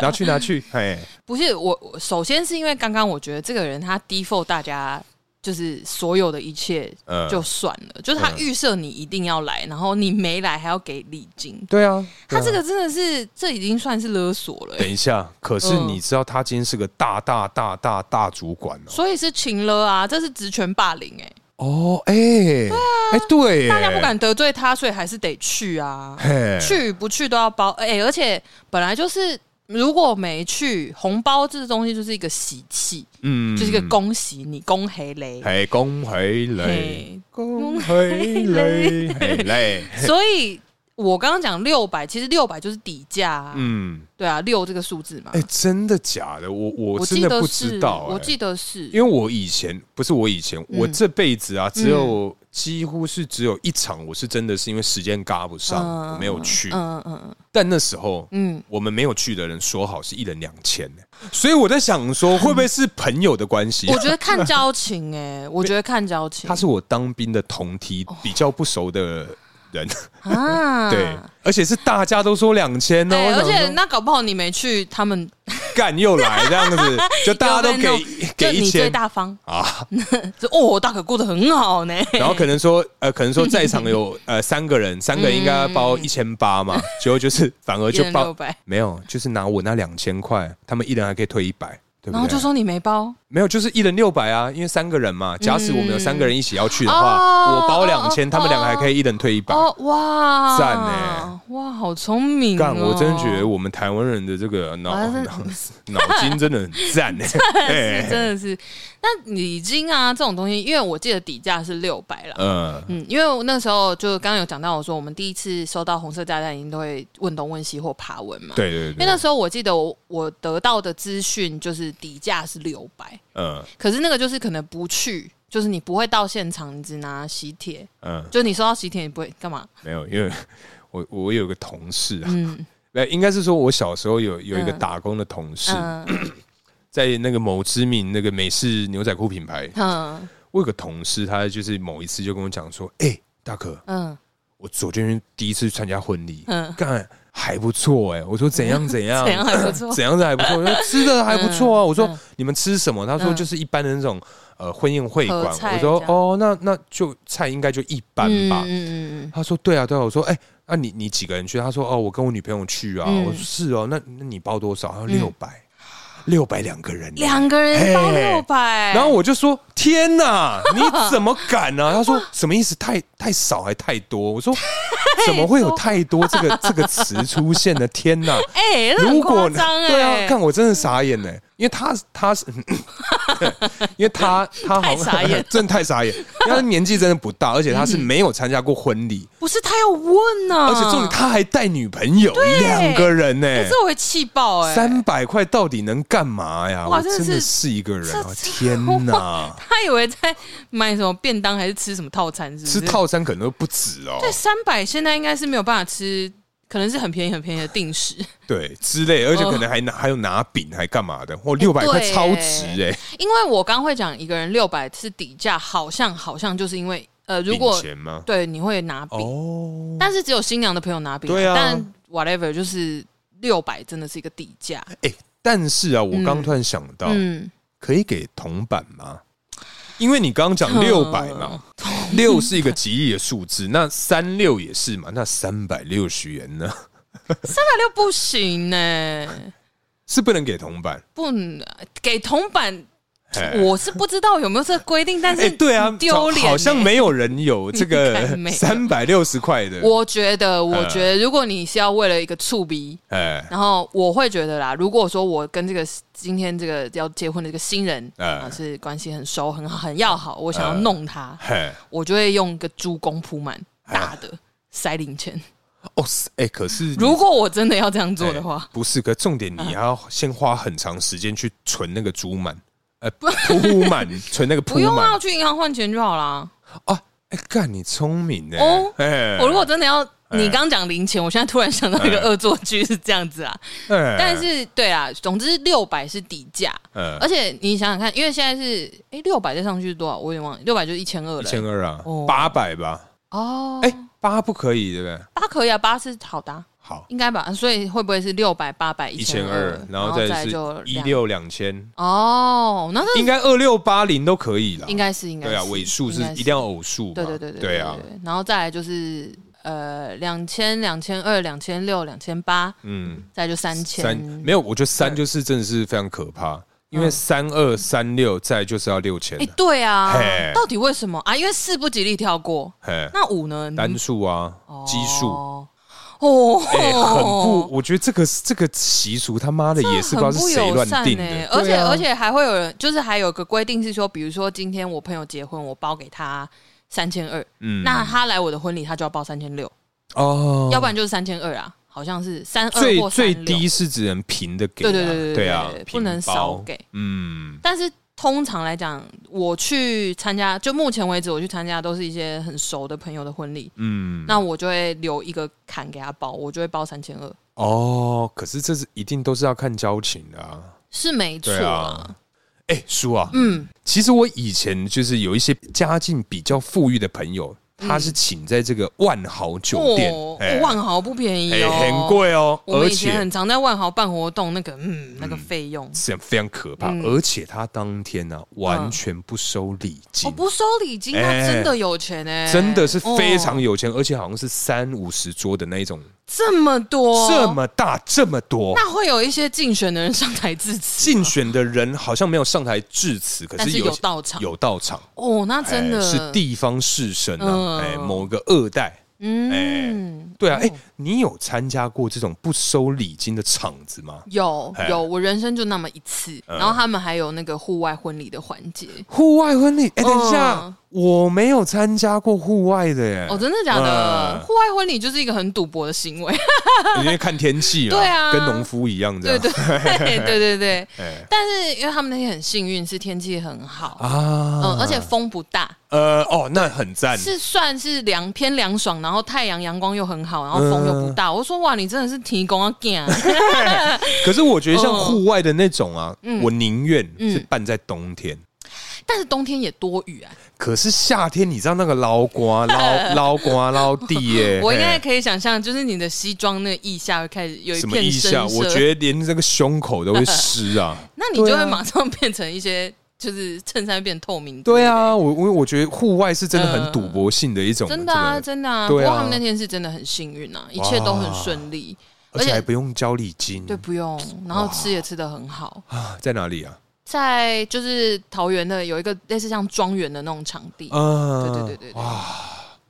B: 拿去拿 去，哎，
A: 不是我，我首先是因为刚刚我觉得这个人他 default 大家就是所有的一切
B: 呃
A: 就算了，就是他
B: 嗯
A: 预设你一定要来，然后你没来还要给礼金，
B: 对啊，对
A: 他
B: 啊
A: 这个真的是这已经算是勒索了、
B: 等
A: 欸
B: 一下，可是
A: 嗯
B: 你知道他今天是个大大大大大主管哦。
A: 所以是情勒啊，这是职权霸凌哎、
B: 哦，哎，对哎，对，
A: 大家不敢得罪他，所以还是得去 啊，
B: 嘿，
A: 去与不去都要包哎、而且本来就是。如果没去，红包这东西就是一个喜气，
B: 嗯
A: 就是一个，恭喜你，恭黑雷。
B: 嘿，恭回来，
A: 嘿
B: 恭回来，嘿嘞，
A: 所以我刚刚讲六百，其实六百就是底价、啊，
B: 嗯，
A: 对啊，六这个数字嘛。
B: 哎，真的假的？我
A: 我
B: 我真
A: 记
B: 的
A: 得
B: 不
A: 是，
B: 知道，哎
A: 我记得是，
B: 因为我以前不是我以前，
A: 嗯
B: 我这辈子啊，只有、几乎是只有一场，我是真的是因为时间嘎不上，
A: 嗯
B: 我没有去。
A: 嗯嗯嗯
B: 但那时候，
A: 嗯，
B: 我们没有去的人说好是一人两千，所以我在想说，会不会是朋友的关系
A: 嗯我？觉得看交情哎、我觉得看交情
B: 他是我当兵的同梯，比较不熟的人，
A: 哦啊，
B: 对，而且是大家都说两千哦，
A: 哎而
B: 我想
A: 且
B: 说
A: 那搞不好你没去，他们
B: 干又来这 样子，就大家都
A: 有没
B: 给
A: 有就
B: 给一
A: 你最
B: 千
A: 大方，
B: 啊。
A: 就哦，我大可过得很好呢，
B: 然后可能说，呃，可能说在场 有呃三个人，三个人应该要包一千八嘛，结果就是反
A: 嗯
B: 而
A: 一
B: 就
A: 人
B: 包
A: 600
B: 没有，就是拿我那两千块，他们一人还可以退一百，对
A: 然
B: 不
A: 后就
B: 对？
A: 说你没包，
B: 没有，就是一人六百啊，因为三个人嘛，假使我们有三个人一起要去的话，
A: 哦
B: 我包两千、
A: 哦
B: 他们两个还可以一人退一百。
A: 哦哇，
B: 赞欸
A: 哇，好聪明、哦，
B: 干，我真的觉得我们台湾人的这个脑
A: 啊真
B: 脑 脑筋真的很 赞哎，
A: 是
B: 哎
A: 真的是。那礼金啊这种东西，因为我记得底价是六百啦。
B: 嗯
A: 嗯，因为我那时候就刚刚有讲到，我说我们第一次收到红色炸弹，一定都会问东问西或爬文嘛。。
B: 对对
A: 因为
B: 对
A: 那，时候我记得我我得到的资讯就是底价是六百，
B: 嗯
A: 可是那个就是可能不去，就是你不会到现场，你只拿喜帖，
B: 嗯，
A: 就你收到喜帖你不会干嘛？
B: 没有，因为我我有个同事啊，
A: 嗯
B: 呃，应该是说我小时候有有一个
A: 嗯
B: 打工的同事，
A: 嗯
B: 在那个某知名那个美式牛仔裤品牌，
A: 嗯
B: 我有个同事，他就是某一次就跟我讲说：“哎、大可，
A: 嗯
B: 我昨天第一次参加婚礼，
A: 嗯，
B: 干还不错哎、我说：“怎样怎样。
A: 怎样还不错
B: 怎样子还不错？”我说：“吃的还不错啊。我说
A: 嗯：“
B: 你们吃什么？”他说：“
A: 嗯
B: 就是一般的那种呃婚宴会馆。
A: 合”菜
B: 我说
A: 这：“样
B: 哦，那那就菜应该就一般吧。
A: 嗯嗯嗯
B: 他说：“对啊，对啊。”我说：“哎、那、你你几个人去？”他说：“哦，我跟我女朋友去啊。
A: 嗯
B: 我说：“是哦，那那你包多少？”他说：“六百，六百两个人、
A: 两个人包六百，
B: 然后我就说：“ 天哪，你怎么敢呢、他说：“什么意思？太太少还太多？” 我说：“怎么会有太多这个这个词出现呢？天哪！
A: 哎、那很
B: 如果啊
A: 夸张哎，
B: 对啊，看我真的傻眼呢、因为他他 是，对因为他他好
A: 太傻
B: 像
A: 眼 嗯
B: 真的太傻眼，因为他年纪真的不大，而且他是没有参加过婚礼，
A: 不是他要问呢、啊，哎
B: 而且重点他还带女朋友两个人呢、
A: 这我会气爆哎、
B: 三百块到底能干嘛呀？
A: 哇
B: 我
A: 真的
B: 真
A: 是
B: 的是一个人啊！
A: 这
B: 天哪，
A: 他以为在买什么便当还是吃什么套餐是不
B: 吃
A: 是？
B: 套餐可能都不止哦，
A: 对三百现在应该是没有办法吃，可能是很便宜很便宜的定时，
B: 对之类，而且可能还拿还有拿饼还干嘛的，哇，六百块
A: 哦对
B: 超值哎！
A: 因为我刚会讲一个人六百是底价，好像好像就是因为呃，如
B: 饼
A: 果
B: 钱吗？
A: 对你会拿饼，
B: 哦，
A: 但是只有新娘的朋友拿饼，
B: 对啊
A: 但 whatever 就是六百真的是一个底价，
B: 哎，但是啊，我刚
A: 嗯
B: 突然想到，
A: 嗯，
B: 可以给铜板吗？因为你刚刚讲
A: 嗯
B: 六百 嘛，六是一个吉利的数字，那三六也是嘛，那三百六十元呢
A: 那六不行哎呢、
B: 是不能给铜板。
A: 不能给铜板。
B: 哎
A: 我是不知道有没有这个规定，但
B: 哎，
A: 是
B: 对啊，
A: 丢脸、
B: 好像。没有人有这
A: 应
B: 个
A: 该没有
B: 三百六十块的。
A: 我觉得，我
B: 嗯
A: 觉得，如果你是要为了一个醋鼻，
B: 哎
A: 然后我会觉得啦，如果说我跟这个今天这个要结婚的这个新人
B: 嗯
A: 啊是关系很熟、很好、很要好，我想要
B: 嗯
A: 弄他，
B: 嘿，
A: 我就会用一个猪公铺满大的塞零钱。
B: 哦，是哎，可是你
A: 如果我真的要这样做的话
B: 哎，不是个重点，你要先花很长时间去存那个猪满，呃，铺 满，存那个铺
A: 不用啊，
B: 满
A: 去银行换钱就好啦。
B: 啊。哎，干你聪明呢！
A: 哦
B: 哎
A: 我如果真的要，
B: 哎
A: 你刚刚讲零钱，我现在突然想到一个
B: 哎
A: 恶作剧是这样子啊，
B: 哎
A: 但是对啦，总之六百是底价，
B: 呃
A: 而且你想想看，因为现在是哎六百再上去是多少？我有点忘了，六百就是一千二了
B: 一千二啊
A: 哦，
B: 八百吧？
A: 哦。
B: 哎，八不可以对不对？
A: 八可以啊，八是好的啊、
B: 好，
A: 应该吧？所以会不会是六百、八百、
B: 一
A: 千
B: 千二，然
A: 后
B: 后再是
A: 就
B: 一
A: 两
B: 六两千，
A: 哦，那是
B: 应该二六八零都可以啦。
A: 应该是应该
B: 对啊，
A: 是
B: 尾数是
A: 应该
B: 一定要偶数嘛。
A: 对对对对
B: 对啊，，
A: 然后再来就是呃两千、两千二、两千六、两千八，
B: 嗯，
A: 再来就三千
B: 三没有，我觉得三就是真的是非常可怕，因
A: 嗯
B: 为三二三六再就是要六千
A: 哎，对啊
B: 嘿，
A: 到底为什么啊？因为四不吉利跳过，
B: 嘿，
A: 那五呢？你
B: 单数啊，奇数。
A: 哦哦，
B: 哎，很不，我觉得这个这个习俗他妈的也是不知道
A: 很
B: 是
A: 不
B: 谁
A: 友
B: 乱
A: 善
B: 定
A: 欸
B: 的，
A: 而且、
B: 对啊
A: 而且还会有人，就是还有个规定是说，比如说今天我朋友结婚，我包给他三千二，
B: 嗯
A: 那他来我的婚礼，他就要包三千六，
B: 哦
A: 要不然就是三千二啊，好像是三二
B: 最
A: 或
B: 最
A: 36，
B: 低是只能平的给啊，
A: 对对对对对
B: 对啊
A: 对，不
B: 平
A: 能少
B: 包，
A: 给。
B: 嗯，
A: 但是通常来讲，我去参加，就目前为止我去参加都是一些很熟的朋友的婚礼，
B: 嗯，
A: 那我就会留一个坎给他包，我就会包三千二，
B: 哦，可是这是一定都是要看交情的啊。
A: 是没错
B: 对啊，哎、叔啊，
A: 嗯，
B: 其实我以前就是有一些家境比较富裕的朋友，他是请在这个万豪酒店，
A: 哦
B: 哎
A: 万豪不便宜
B: 哎、
A: 哦，
B: 很。贵哦，
A: 我们
B: 而
A: 以前
B: 且
A: 很常在万豪办活动，那个嗯，那个费用、
B: 是非常可怕，
A: 嗯
B: 而且他当天呢、完全不收礼
A: 我
B: 金。
A: 哦不收礼金，那
B: 哎
A: 真的有钱哎、
B: 真的是非常
A: 哦
B: 有钱，而且好像是三五十桌的那一种，
A: 这么多，
B: 这么大这么多，
A: 哦那会有一些竞选的人上台致辞吗，
B: 竞选的人好像没有上台致辞，可
A: 但
B: 是
A: 是
B: 有
A: 有到场
B: 有到场，
A: 哦，那真的、
B: 哎是地方士绅啊，
A: 嗯
B: 哎、某个二代。
A: 嗯，
B: 对啊，哎、你有参加过这种不收礼金的场子吗？
A: 有
B: 哎嗯
A: 有，我人生就那么一次，然后他们还有那个户外婚礼的环节，
B: 户外婚礼？哎、等一下，
A: 嗯
B: 我没有参加过户外的耶。
A: 哦，真的假的？
B: 哎嗯
A: 户外婚礼就是一个很赌博的行为，
B: 因为看天气嘛，
A: 对啊
B: 跟农夫一样这
A: 对
B: 样。
A: 对对对对。
B: 啊 哎
A: 但是因为他们那天很幸运，是天气很好，
B: 啊，
A: 嗯，而且风不大，
B: 呃，哦，那很赞。
A: 是算是凉偏凉爽，然后太阳阳光又很好，然后风又不大。我说哇，你真的是提供啊 g
B: 可是我觉得像
A: 嗯
B: 户外的那种啊，
A: 嗯
B: 我宁愿
A: 嗯
B: 是办在冬天。
A: 但是冬天也多雨啊，
B: 可是夏天，你知道那个捞 瓜、捞捞瓜、捞地耶、
A: 我应该
B: 嘿
A: 可以想象，就是你的西装那个腋下会开始有一
B: 什么
A: 片
B: 意
A: 深
B: 下？
A: 色，
B: 我觉得连那个胸口都会湿 啊。
A: 那你就
B: 对
A: 会
B: 啊
A: 马上变成一些，就是衬衫变透明。
B: 对，啊，我我我觉得户外是真的很赌博性的一种，
A: 真的啊，
B: 这个
A: 真的啊。不
B: 对啊
A: 过他们那天是真的很幸运啊，一切都很顺利，
B: 而且还不用交礼金。
A: 对，不用，然后吃也吃的很好。
B: 啊，在哪里啊？
A: 在就是桃园的有一个类似像庄园的那种场地，
B: 啊，
A: 对对对对对
B: 哇，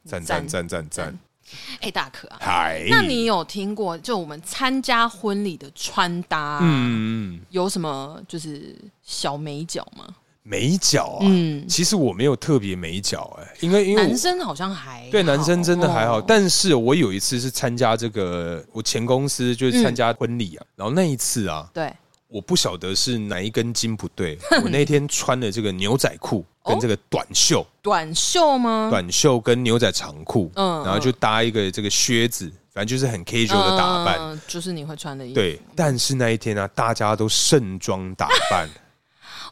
B: 赞赞赞赞赞！
A: 哎，大可啊，
B: 嗨，
A: 那你有听过就我们参加婚礼的穿搭，
B: 嗯
A: 有什么就是小美角吗？
B: 美脚啊，
A: 嗯
B: 其实我没有特别美脚哎，因为因为我
A: 男生好像还
B: 对
A: 好
B: 男生真的还好，
A: 哦
B: 但是我有一次是参加这个我前公司就是参加婚礼啊，然后那一次啊，
A: 对
B: 我不晓得是哪一根筋不 对，
A: 嗯
B: 我那天穿的这个牛仔裤跟这个短袖，
A: 短袖吗？
B: 短袖跟牛仔长裤，
A: 嗯
B: 然后就搭一个这个靴子，反正就是很 casual 的打扮。
A: 嗯就是你会穿的衣服。
B: 对，但是那一天呢、啊，大家都盛装打 扮，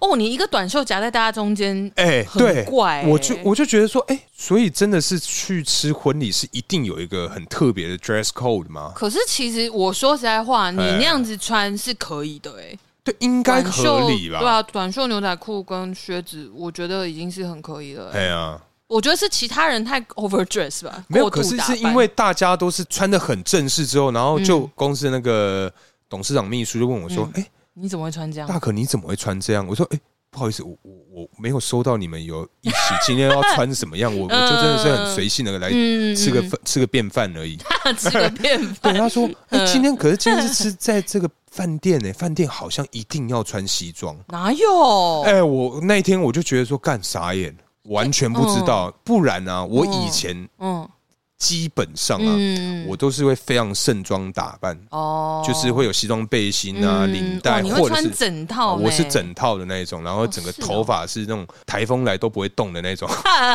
A: 哦，你一个短袖夹在大家中间，
B: 哎、
A: 很
B: 对，
A: 怪欸
B: 我就我就觉得说，哎、所以真的是去吃婚礼是一定有一个很特别的 dress code 吗？
A: 可是其实我说实在话，你
B: 哎
A: 那样子穿是可以的、哎，
B: 对，应该
A: 短袖
B: 合理吧？
A: 对啊，短袖牛仔裤跟靴子，我觉得已经是很可以了、哎
B: 哎呀，
A: 我觉得是其他人太 overdress 吧，
B: 没有，
A: 过度
B: 可是
A: 打
B: 是
A: 扮嗯
B: 因为大家都是穿的很正式之后，然后就公司那个董事长秘书就问我说：“哎、哎
A: 你怎么会穿这样？
B: 大可你怎么会穿这样？”我说：“哎、不好意思，我我我没有收到你们有一起今天要穿什么样，我我 就真的是很随性的来
A: 嗯
B: 吃个
A: 嗯
B: 饭吃个便饭 而已。
A: 吃个便
B: 对，
A: 饭，
B: 他说：“哎、今天可是今天是吃在这个饭店 呢、饭店好像一定要穿西装。
A: 哪有？
B: 哎、我那一天我就觉得说干傻眼，完全不知道。不然啊，我以前
A: 嗯
B: 基本上啊，
A: 嗯，
B: 我都是会非常盛装打扮，
A: 哦，
B: 啊就是会有西装背心啊、
A: 嗯
B: 领
A: 哇
B: 带，
A: 你会
B: 或者
A: 穿
B: 是
A: 整
B: 啊
A: 套呢、
B: 我是整套的那一种，然后整个
A: 是哦
B: 头发是那种台风来都不会动的那种，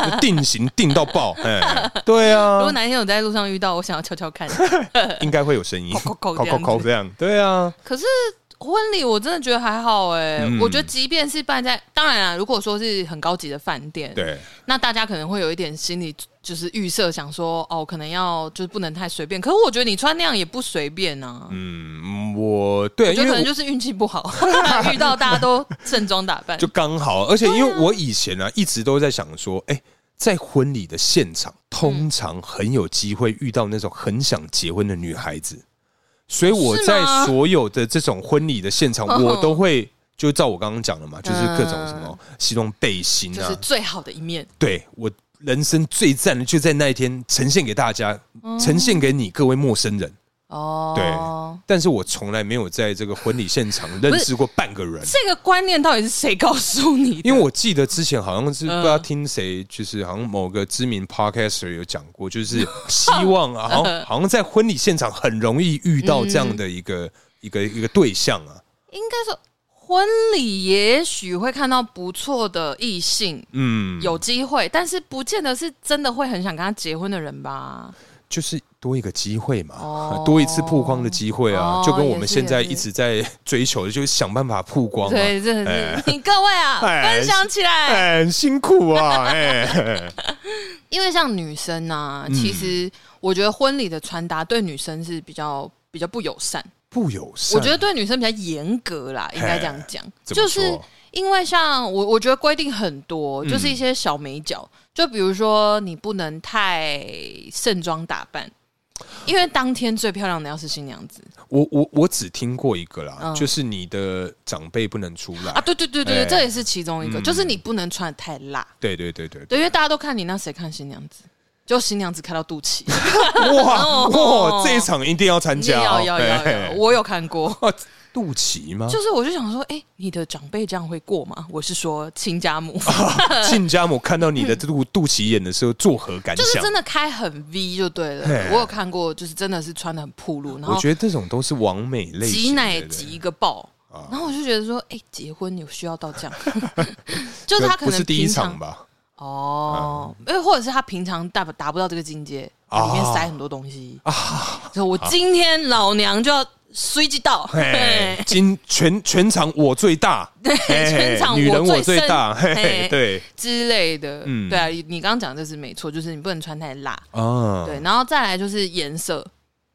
B: 就定型定到爆。哎，对
A: 如
B: 啊
A: 果，哪天我在路上遇到，我想要敲 敲看。
B: 应该会有声音，
A: 扣扣扣
B: 扣
A: 这样子
B: 扣这样，对啊，
A: 可是婚礼我真的觉得还好哎、
B: 嗯
A: 我觉得即便是办在，当然啊，如果说是很高级的饭店，
B: 对，
A: 那大家可能会有一点心理就是预设，想说哦，可能要就是不能太随便。可是我觉得你穿那样也不随便啊。
B: 嗯，我对，
A: 我觉
B: 因
A: 得可能
B: 为我
A: 就是运气不 好， 遇到大家都盛装打扮
B: 就。刚好，而且因为我以前啊，一直都在想说，哎。在婚礼的现场，通常很有机会遇到那种很想结婚的女孩子，所以我
A: 哦是
B: 在
A: 吗
B: 所有的这种婚礼的现场，
A: 哦
B: 我都会就照我刚刚讲的嘛，就是各种
A: 嗯
B: 什么西装背心
A: 就
B: 啊，
A: 是最好的一面，
B: 对我人生最赞的就在那一天呈现给大家，
A: 嗯
B: 呈现给你各位陌生人。
A: 哦，
B: 对，但是我从来没有在这个婚礼现场认识过半个人。
A: 这个观念到底是谁告诉你的？
B: 因为我记得之前好像是不
A: 嗯
B: 知道听谁，就是好像某个知名 podcaster 有讲过，就是希 望啊，好像好像在婚礼现场很容易遇到这样的一
A: 嗯
B: 个一个一个对象啊，
A: 应该说婚礼也许会看到不错的异性，
B: 嗯，
A: 有机会，但是不见得是真的会很想跟他结婚的人吧？
B: 就是多一个机会嘛，
A: 哦
B: 多一次曝光的机会啊，
A: 哦
B: 就跟我们现在
A: 也是
B: 一
A: 也是
B: 直在追求的，就是想办法曝光、啊。
A: 对，真的是、你 各位啊，
B: 哎
A: 分享起来。
B: 哎，很辛苦啊， 哎，
A: 因为像女生啊，
B: 嗯
A: 其实我觉得婚礼的穿搭对女生是比较比较不友善，
B: 不友善。
A: 我觉得对女生比较严格啦，应该这样讲，
B: 怎
A: 就
B: 么
A: 是
B: 说嗯
A: 因为像我，我觉得规定很多，就是一些小美角，就比如说你不能太盛装打扮，因为当天最漂亮的要是新娘子
B: 我我我只听过一个啦，
A: 嗯
B: 就是你的长辈不能出来。
A: 啊，对对对对，
B: 哎
A: 对，这也是其中一个，
B: 嗯
A: 就是你不能穿的太辣，
B: 对对对对，
A: 对，因为大家都看你，那谁看新娘子？就新娘子看到肚 脐，
B: 哇
A: 哦
B: 哇，这一场一定要参加
A: 要
B: 哦，
A: 要要要，
B: 哎
A: 我有看 过。
B: 啊肚脐吗？
A: 就是，我就想说，哎、你的长辈这样会过吗？我是说亲家 母，
B: 亲家母看到你的肚肚脐眼的时候，作何感
A: 就是
B: 想
A: 真？的开很 V 就对了
B: 嘿。
A: 我有看过，就是真的是穿的很暴露，然
B: 我
A: 后
B: 觉得这种都是完美类型的，
A: 挤奶
B: 对啊不对
A: 挤一个爆。然后我就觉得说，哎、结婚有需要到 这样？就是他可
B: 不
A: 能
B: 是第一
A: 平常
B: 场吧？
A: 哦，因为或者是他平常达不达不到这个境界，
B: 啊
A: 里面塞很多东西啊。所以我今天老娘就要随机到，
B: 哎
A: 嘿，
B: 今全全场我最大，对，
A: 全场
B: 女人我
A: 我最
B: 最
A: 深
B: 大，嘿嘿
A: 嘿，
B: 对
A: 之类的。
B: 嗯
A: 对啊，你刚刚讲这是没错，就是你不能穿太辣。
B: 啊，
A: 对，然后再来就是颜色，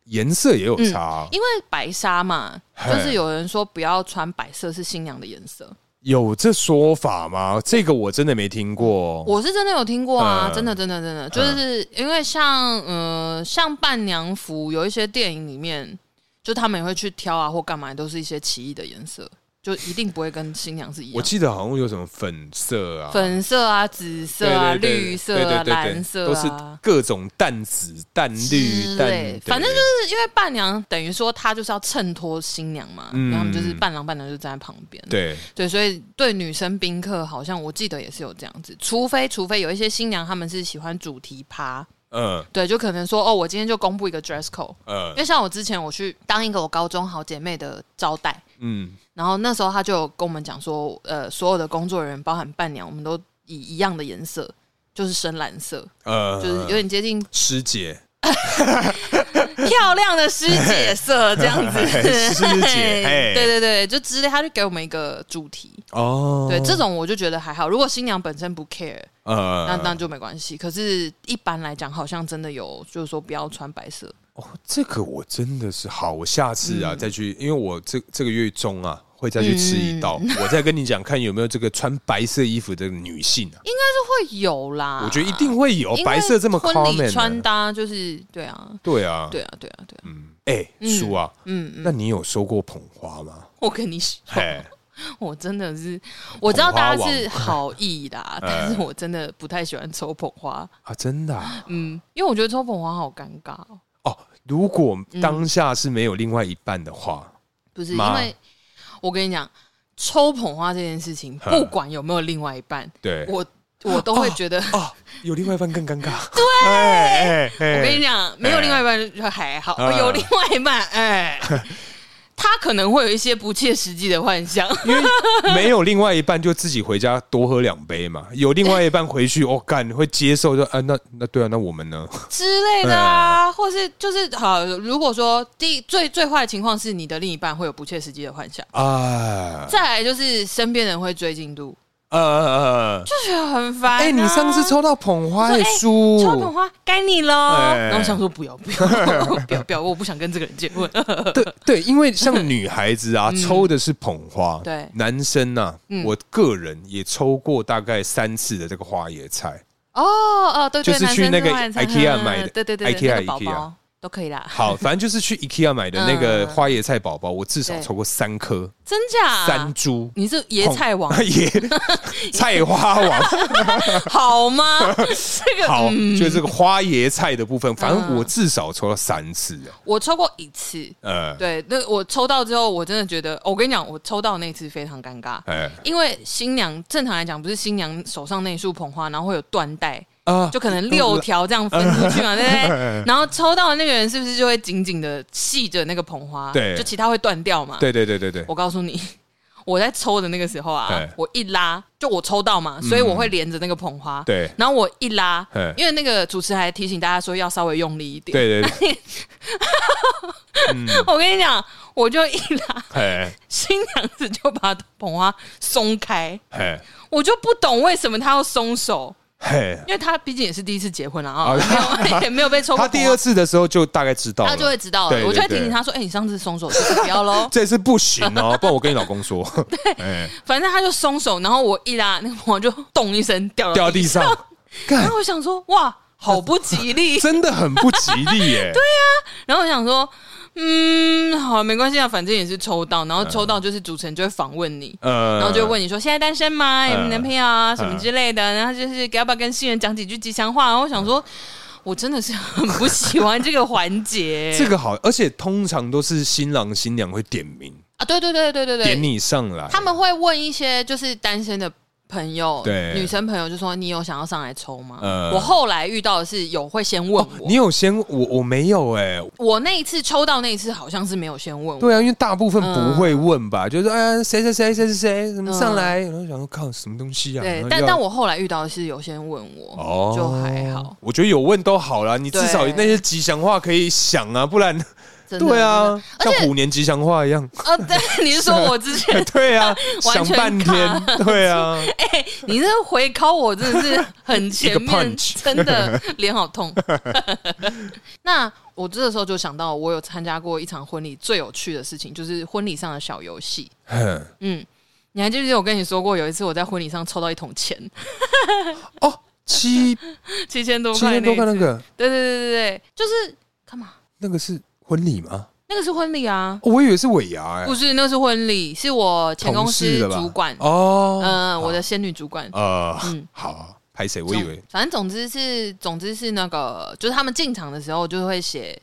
B: 颜色也有差，
A: 因为白纱嘛，
B: 嘿
A: 就是有人说不要穿白色是新娘的颜色，
B: 有这说法吗？这个我真的没听过。
A: 我是真的有听过啊，
B: 嗯
A: 真的真的真的，就是因为像呃像伴娘服，有一些电影里面，就他们也会去挑啊或干嘛，都是一些奇异的颜色。就一定不会跟新娘是一
B: 我
A: 样。
B: 记得好像有什么粉色啊，
A: 粉色啊、紫色啊、
B: 对对对
A: 绿
B: 对
A: 色
B: 对
A: 啊、
B: 对对
A: 蓝色
B: 都是
A: 啊。
B: 各种淡紫、淡绿、
A: 之
B: 淡
A: 类，
B: 对
A: 反正就是因为伴娘等于说她就是要衬托新娘嘛，
B: 嗯
A: 然后他们就是伴郎伴娘就站在旁边，
B: 对
A: 对，所以对女生宾客好像我记得也是有这样子，除非除非有一些新娘她们是喜欢主题趴，
B: 嗯
A: 对，就可能说哦，我今天就公布一个 dress code，因
B: 呃
A: 为像我之前我去当一个我高中好姐妹的招待，
B: 嗯
A: 然后那时候他就有跟我们讲说，呃，所有的工作人员包含伴娘，我们都以一样的颜色，就是深蓝色，
B: 呃，
A: 就是有点接近
B: 师姐，
A: 漂亮的师姐色这样子。
B: 师姐，哎，
A: 对对对，就之类，他就给我们一个主题。
B: 哦，
A: 对，这种我就觉得还好。如果新娘本身不 care，
B: 呃，
A: 那那就没关系。可是，一般来讲，好像真的有，就是说不要穿白色。
B: 哦，这个我真的是好，我下次
A: 嗯
B: 啊、再去，因为我这这个月中啊会再去吃一
A: 嗯
B: 道，我再跟你讲看有没有这个穿白色衣服的女性啊，
A: 应该是会有啦，
B: 我觉得一定会有
A: 因为
B: 白色这么
A: 婚
B: common
A: 礼
B: 啊
A: 穿搭就是对啊，
B: 对啊，
A: 对啊，对啊，对啊。
B: 嗯，哎、叔啊，
A: 嗯嗯，
B: 那你有收过捧花吗？
A: 我跟你说，
B: 哎，
A: 我真的是，我知道
B: 捧花
A: 大
B: 王
A: 家是好意啦，
B: 哎
A: 但是我真的不太喜欢抽捧花，
B: 啊，真的、啊、
A: 嗯，因为我觉得抽捧花好尴尬、哦，
B: 哦，如果当下是没有另外一半的话，
A: 不是
B: 妈
A: 因为我跟你讲，抽捧花这件事情，
B: 呵
A: 不管有没有另外一半，
B: 嗯对，
A: 我我都会觉得，
B: 哦，有另外一半 更尴尬，对，哎哎
A: 我跟你讲，没有另外一半就还好，
B: 哎
A: 有另外一半， 哎。他可能会有一些不切实际的幻 想，
B: 因为没有另外一半，就自己回家多喝两杯嘛。有另外一半 回去，哦，干会接受就啊，那那对啊，那我们呢？
A: 之类的
B: 哎
A: 啊，或是就是好，如果说第最最坏的情况是你的另一半会有不切实际的幻想，
B: 啊，
A: 再来就是身边人会追进度，
B: 呃呃，呃
A: 就觉得很烦、啊。
B: 哎，你上次抽到捧花
A: 我说
B: 哎
A: 哎
B: 叔，
A: 抽捧花，该你喽。
B: 哎
A: 然后我想说不要不要不要 不要，我不想跟这个人结婚。
B: 对对，因为 像女孩子啊，抽的是捧花，
A: 嗯对
B: 男生呐，
A: 嗯
B: 我个人也抽过大概三次的这个花椰菜。
A: 哦哦，对
B: 就
A: 对，
B: 是去
A: 男生
B: 那个
A: 外餐
B: IKEA 买的
A: 嗯对对对
B: IKEA
A: 那个宝
B: IKEA
A: 宝都可以啦。
B: 好，反正就是去 IKEA 买的那个
A: 嗯
B: 花椰菜宝宝，我至少
A: 对
B: 抽过三颗，
A: 真假？
B: 三株。
A: 你是椰菜王 啊
B: 椰菜花王，
A: 好 吗？这个
B: 好，
A: 嗯
B: 就是这个花椰菜的部分，反正
A: 嗯
B: 我至少抽到三次啊
A: 我抽过一次，
B: 呃，
A: 对，那我抽到之后，我真的觉得，我跟你讲，我抽到那次非常尴尬，
B: 哎
A: 因为新娘正常来讲，不是新娘手上那一束捧花，然后会有缎带，
B: 啊，哎
A: 就可能六条这样分出去嘛，对不 对？然后抽到的那个人是不是就会紧紧的系着那个捧花？
B: 对
A: 就其他会断掉嘛。，
B: 对对对对对，
A: 我告诉你， 我在抽的那个时候啊
B: 哎，
A: 我一拉就我抽到嘛，所以我会连着那个捧花。
B: 嗯对
A: 然后我一拉
B: 哎，
A: 因为那个主持人还提醒大家说要稍微用力一点。
B: 对对对，
A: 我跟你讲，我就一拉，
B: 哎
A: 新娘子就把捧花松开，
B: 哎
A: 我就不懂为什么她要松手。
B: 哎，
A: 因为他毕竟也是第一次结婚了 啊，
B: 啊
A: 没有也没有被抽过
B: 他
A: 火。
B: 第二次的时候就大概知道
A: 他就会
B: 了，
A: 知道
B: 对
A: 了，
B: 对对。
A: 我就会提醒他说：“哎，你上次松手就是不要喽
B: 这次不行 哦，不然我跟你老公说，哎，”
A: 反正他就松手，然后我一拉，那个朋友就咚一声掉
B: 掉
A: 到
B: 到地上，
A: 然
B: 干
A: 后我想说：“哇，好不吉 利。
B: 真的很不吉 利耶，对，”
A: 然后我想说：“嗯，好，没关系啊，反正也是抽到。”然后
B: 嗯
A: 抽到就是主持人就会访问你。
B: 呃
A: 然后就会问你说现在单身吗？有没有男朋友啊？什么
B: 嗯
A: 之类的。然后就是要不要跟新人讲几句吉祥话？然后我想
B: 嗯
A: 说， 我真的是很不喜欢这个环节。
B: 这个好，而且通常都是新郎新娘会点名，
A: 啊，对对对对对对，
B: 点你上来，
A: 他们会问一些就是单身的朋友，
B: 对
A: 女生朋友就说你有想要上来抽吗？
B: 呃
A: 我后来遇到的是有会先问我，
B: 哦你有先我我没有哎，
A: 我那一次抽到那一次好像是没有先问我，
B: 对啊，因为大部分不会问
A: 嗯
B: 吧，就是哎谁谁谁谁谁谁怎么上来，然后想说靠什么东西啊？然后
A: 但
B: 又要
A: 但我后来遇到的是有先问我，
B: 哦
A: 就还好，，
B: 我觉得有问都好啦，你至
A: 对
B: 少那些吉祥话可以想啊，不然
A: 真的
B: 对啊，
A: 真
B: 像
A: 的而且
B: 虎年吉祥话一样，
A: 呃，对， 你是说我之前
B: 对啊，
A: 完全
B: 想半天，对 啊，
A: 你这回考我真的是很前
B: 一个
A: 面，
B: punch
A: 真的脸好痛。 那我这个时候就想到，我有参加过一场婚礼，最有趣的事情就是婚礼上的小游戏。
B: 哼
A: 嗯，你还记不记得我跟你说过，有一次我在婚礼上抽到一桶钱，
B: 哦，七
A: 七千多
B: 七
A: 块，
B: 千多块那，个
A: 对对对对对，就是干嘛？
B: 那个是婚礼吗？
A: 那个是婚礼啊，
B: 我以为是尾牙哎
A: 不，是，那是婚礼，是我前公
B: 同事
A: 司
B: 的吧？
A: 主管，
B: 哦，
A: 嗯，我的仙女主管。
B: 呃，
A: 嗯
B: 好，拍 谁？我以为
A: 总反正总之是，总之是那个，就是他们进场的时候就会写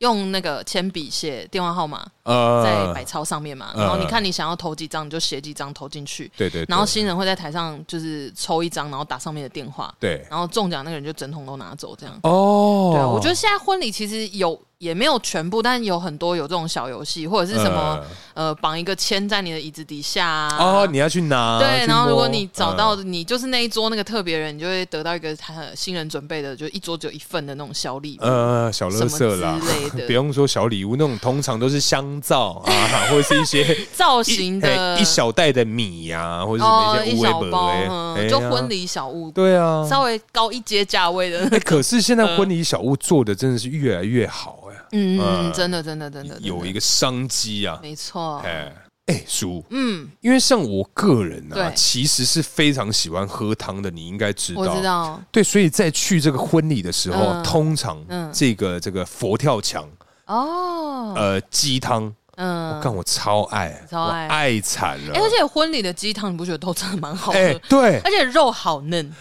A: 用那个铅笔写电话号码在
B: 呃
A: 百，钞上面嘛，
B: 嗯
A: 然后你看你想要投几张，你就写几张投进去，
B: 对对，对
A: 然后新人会在台上就是抽一张，然后打上面的电话，
B: 对
A: 然后中奖那个人就整桶都拿走，这样。
B: 哦，
A: 对啊，我觉得现在婚礼其实有也没有全部，但有很多有这种小游戏，或者是什么呃绑一个签在你的椅子底下啊。
B: 呃嗯哦，你要去拿
A: 对，
B: 去
A: 然后如果
B: 摸
A: 你找到
B: 嗯
A: 你就是那一桌那个特别人，你就会得到一个呃新人准备的，就一桌只有一份的那种小礼物，
B: 呃小
A: 什
B: 乐
A: 么之
B: 色啦。
A: 类
B: 不
A: 的
B: 用说小礼物，那种通常都是香皂 啊，或者是一些
A: 造
B: 一
A: 型
B: 哎
A: 的
B: 一小袋的米呀，或者是
A: 哦
B: 那些
A: 一
B: 乌龟
A: 小
B: 本
A: 包，
B: 哎
A: 嗯，
B: 哎
A: 就
B: 呀
A: 婚礼小物，
B: 对啊，
A: 稍微高一阶价位的， 嗯
B: 哎，可是现在婚礼小物做的真的是越来越好哎，
A: 嗯
B: 呃
A: 嗯，真的真的真的
B: 有一
A: 个
B: 个商机啊，
A: 没错，
B: 哎哎叔，
A: 嗯，
B: 因为像我个人啊，
A: 对
B: 其实是非常喜欢喝汤的，你应该知道。
A: 我知道，
B: 对，所以在去这个婚礼的时候，
A: 嗯
B: 通常
A: 嗯
B: 这个这个佛跳墙、
A: 哦，
B: 呃鸡汤，我
A: 嗯，
B: 看我超爱，
A: 超爱
B: 我爱惨了
A: 哎、。而且婚礼的鸡汤，你不觉得都真的蛮好
B: 哎
A: 喝？
B: 对，
A: 而且肉好嫩，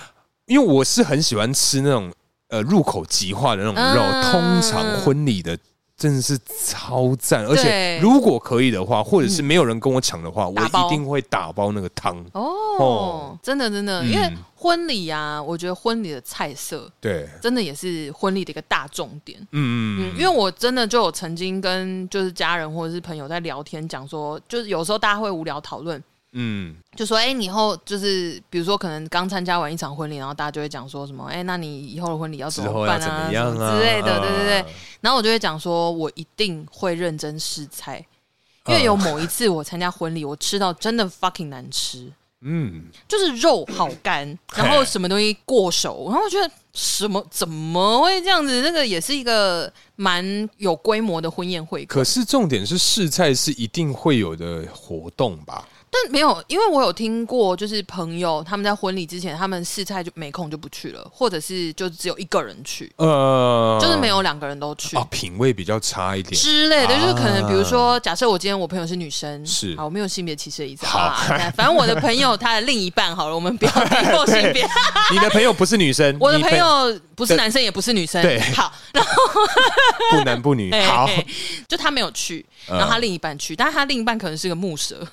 B: 因为我是很喜欢吃那种呃入口即化的那种肉，
A: 嗯
B: 通常婚礼的。真的是超赞，而且
A: 对嗯
B: 如果可以的话，或者是没有人跟我抢的话，我
A: 打包
B: 一定会打包那个汤。
A: 哦，
B: 哦
A: 真的真的，
B: 嗯
A: 因为婚礼啊，我觉得婚礼的菜色
B: 对，
A: 真的也是婚礼的一个大重点。
B: 嗯
A: 嗯，因为我真的就有曾经跟就是家人或者是朋友在聊天，讲说，就是有时候大家会无聊讨论，
B: 嗯，
A: 就说，哎、你以后就是比如说可能刚参加完一场婚礼，然后大家就会讲说什么，哎、那你以后的婚礼要
B: 之
A: 怎
B: 后
A: 么
B: 要
A: 办
B: 怎
A: 啊，
B: 么
A: 什
B: 样
A: 么
B: 啊
A: 之类的，对对对。
B: 嗯
A: 然后我就会讲说，我一定会认真试菜，因
B: 嗯
A: 为有某一次我参加婚礼，我吃到真的 fucking 难吃，
B: 嗯，
A: 就是肉好干，然后什么东西过熟，然后我觉得什么怎么会这样子？这个也是一个蛮有规模的婚宴会客，
B: 可是重点是试菜是一定会有的活动吧？
A: 但没有，因为我有听过，就是朋友他们在婚礼之前，他们试菜就没空就不去了，或者是就只有一个人去，
B: 呃，
A: 就是没有两个人都去。
B: 啊，品味比较差一点。
A: 之类的，
B: 啊
A: 就是可能比如说，假设我今天我朋友是女生，
B: 是
A: 啊，我没有性别歧视的意思
B: 好
A: 啊，但反正我的朋友他的另一半好了，我们 不要低构性别，
B: 你的朋友不是女生，
A: 我的
B: 你
A: 朋友不是男生也不是女生，
B: 对
A: 好，
B: 不男不 女。
A: 哎
B: 好，
A: 哎就他没有去，
B: 嗯
A: 然后他另一半去，但是他另一半可能是个木 蛇，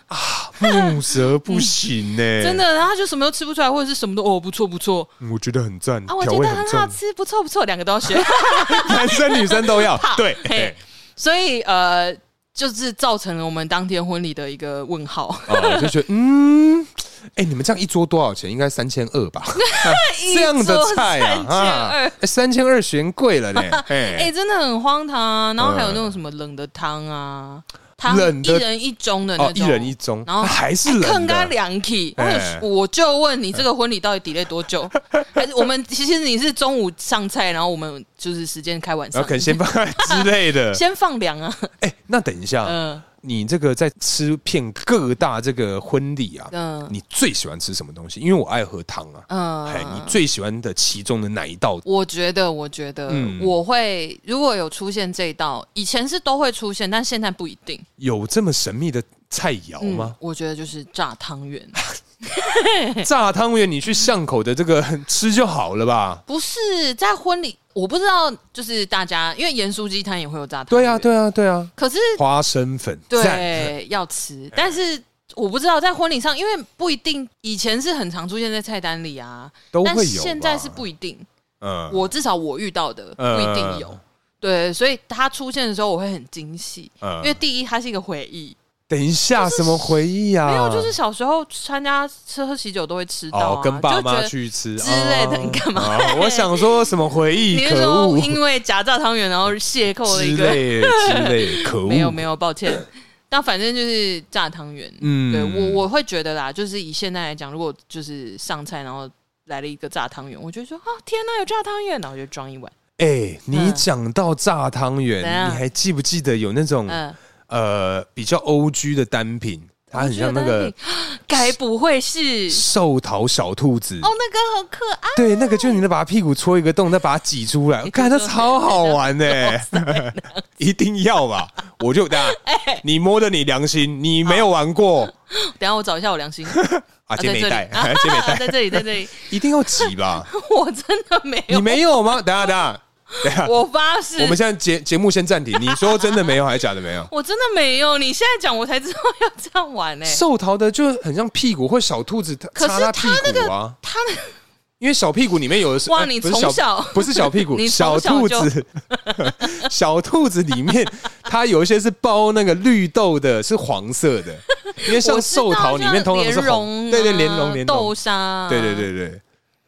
B: 木蛇不行呢，
A: 嗯真，的，然后他就什么都吃不出来，或者是什么都哦不错不错
B: 我觉得很赞，
A: 啊，我
B: 调
A: 觉
B: 味
A: 得
B: 很
A: 很好
B: 重，
A: 吃，不错不错，两个都要学，
B: 男生女生都要。对，
A: 嘿
B: 哎
A: 所以呃，就是造成了我们当天婚礼的一个问号。
B: 啊，我就觉得嗯，哎，你们这样一桌多少钱？应该三千 二吧？ 这样的菜啊，啊，三千二嫌贵了嘞，
A: 哎、
B: 哎，
A: 真的很荒唐啊！然后还有那种什么冷的汤啊，汤
B: 冷的
A: 一人一盅的那
B: 哦，
A: 种，
B: 一人一盅，
A: 然后哎
B: 啊还是冷
A: 更加
B: 的。
A: 凉气。我
B: 哎
A: 就我就问你，这个婚礼到底 delay 多 久？还是我们其实你是中午上菜，然后我们就是时间开晚
B: 然
A: 上
B: 后可，能先放之 类的。
A: 先放凉啊。
B: 哎、那等一下，
A: 嗯
B: 你这个在吃遍各大这个婚礼啊，
A: 嗯
B: 你最喜欢吃什么东西？因为我爱喝汤啊，哎、你
A: 嗯，
B: 最喜欢的其中的哪一道？
A: 我觉得，我觉得
B: 嗯
A: 我会如果有出现这一道，以前是都会出现，但现在不一定。
B: 有这么神秘的菜肴
A: 嗯
B: 哦吗，？
A: 我觉得就是炸汤圆。 嗯
B: 炸汤圆，你去巷口的这个 吃就好了吧？
A: 不是在婚礼，我不知道，就是大家因为盐酥鸡摊也会有炸汤，
B: 对啊，，对啊，对啊，
A: 可是
B: 花生粉，赞，
A: 对要吃，但是我不知道在婚礼上，因为不一定，以前是很常出现在菜单里啊，
B: 都
A: 但
B: 会有吧。
A: 现在是不一定，
B: 嗯，
A: 我至少我遇到的不一定有。
B: 嗯
A: 对，所以它出现的时候我会很惊喜，
B: 嗯
A: 因为第一它是一个回忆，
B: 等一下什么回忆啊？
A: 没有就是小时候参加吃喝喜酒都会吃到、啊
B: 哦，跟爸
A: 就觉
B: 妈
A: 得
B: 去吃
A: 之类的
B: 哦
A: 你干嘛
B: 哦我想说什么回 忆？
A: 你是
B: 可
A: 说
B: 恶！
A: 因为夹炸汤圆然后邂逅了
B: 之
A: 一个
B: 类的之类的，可 恶！
A: 没有没有，抱 歉。但反正就是炸汤圆，
B: 嗯
A: 对我我会觉得啦，就是以现在来讲，如果就是上菜然后来了一个炸汤圆，我就说啊天哪，有炸汤圆，然后就装一碗，
B: 哎、你
A: 嗯
B: 讲到炸汤圆，
A: 怎样
B: 嗯你还记不记得有那种、
A: 嗯，
B: 呃比较 O G 的单品？它很像那个
A: 啊该不会是
B: 寿桃小兔子
A: 哦，啊那个好可爱。
B: 对，那个就是你能把它屁股戳一个洞，再把它挤出来，看它超好玩的、欸 一定要吧？我 就等下，
A: 哎
B: 你摸着你良心，你没有玩过
A: 等一下我找一下我良 心，
B: 啊？
A: 啊在这
B: 姐妹
A: 里，
B: 带，
A: 啊
B: 姐妹带，
A: 在这里，在这里，
B: 一定要挤吧？
A: 我真的没
B: 你
A: 有，
B: 没有吗？等下，等下，等下，
A: 我发誓
B: 我，们现在节节目先暂停。你说真的没有还是假的 没有？
A: 我真的没有。你现在讲，我才知道要这样玩欸呢。
B: 寿桃的就很像屁股或小兔子，它
A: 可是
B: 插它屁股啊。
A: 他
B: 因为小屁股里面有的是
A: 哇
B: 呃
A: 你
B: 不是
A: 从小
B: 不是小屁 股，
A: 你
B: 小
A: 从小
B: 兔
A: 就
B: 子， 小兔子里面它有一些是包那个绿豆的，是黄色的，因为像寿桃里面通常都是
A: 莲
B: 红，
A: 蓉，啊
B: 对对，莲蓉莲
A: 豆
B: 蓉，
A: 沙啊，
B: 对对对对，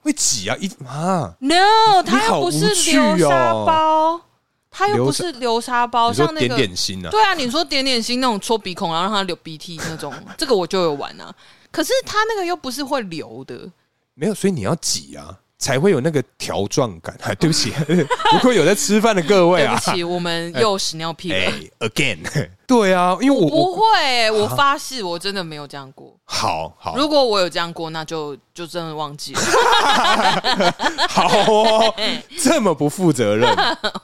B: 会挤啊一啊，
A: No，
B: 你
A: 它
B: 好
A: 又不是
B: 无趣
A: 流沙
B: 哦
A: 包，它又
B: 流
A: 不
B: 沙
A: 是流沙包，
B: 你说
A: 像那
B: 点
A: 个
B: 点心啊，
A: 对啊，你说点点心那种戳鼻孔，然后让它流鼻涕那种，这个我就有玩啊。可是它那个又不是会流的，
B: 没有，所以你要挤啊，才会有那个条状感。 哎对不起，如果有在吃饭的各位
A: 对不
B: 啊，
A: 起，我们 又屎尿屁了。
B: 哎，again，对 啊，因为我啊
A: 不
B: 我
A: 会、欸我发誓，我真的没有这样过。
B: 好好
A: 如果我有这样过，那就就真的忘记了，
B: 好哦，
A: 哎
B: 这么不负责任，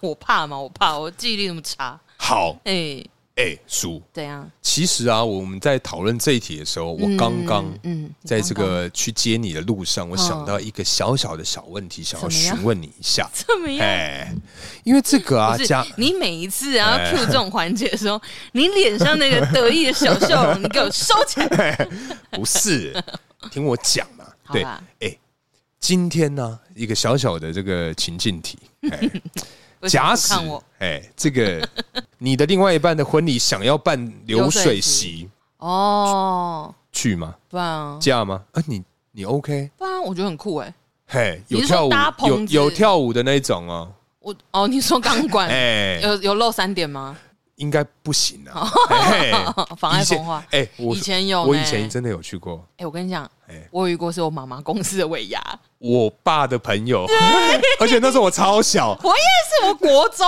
A: 我怕嘛，我怕，我记忆力那么差。
B: 好
A: 哎、
B: 哎，叔，
A: 怎样？
B: 其实啊，我们在讨论这一题的时候，我刚刚
A: 嗯，你
B: 在这
A: 刚刚哦
B: 个去接你的路上，我想到一个小小的小问题，想要询问你 一下。
A: 怎么样？
B: 哎，因为这个啊，
A: 不是
B: 家
A: 你每一次啊
B: 哎
A: Q 这种环节的时候， 你脸上那个得意的小笑容，你给我收起来。
B: 不是，听我讲嘛。
A: 好
B: 对，
A: 啦
B: 哎，今天呢，一个小小的这个情境题，哎，
A: 为什么
B: 假
A: 不
B: 使
A: 看我
B: 哎，这个你的另外一半的婚礼想要办流
A: 流水
B: 水
A: 席
B: 席，
A: 哦，
B: 去吗？
A: 不然啊
B: 嫁吗？啊，你你 OK？
A: 不然我觉得很酷哎。
B: 嘿，有
A: 你是说
B: 跳舞
A: 搭，
B: 有
A: 棚子
B: 有跳舞的那一种哦。
A: 我哦，你说钢管
B: 哎，
A: 有有漏三点吗？
B: 应该不行啊，嘿
A: 呃哦妨碍
B: 以前
A: 风化。
B: 哎，我
A: 以前有呢，
B: 我以前真的有去过，
A: 哎，我跟你讲
B: 哎，
A: 我有一过是我妈妈公司的尾牙，
B: 我爸的朋友， 而且那时候我超小，
A: 我也是我国中，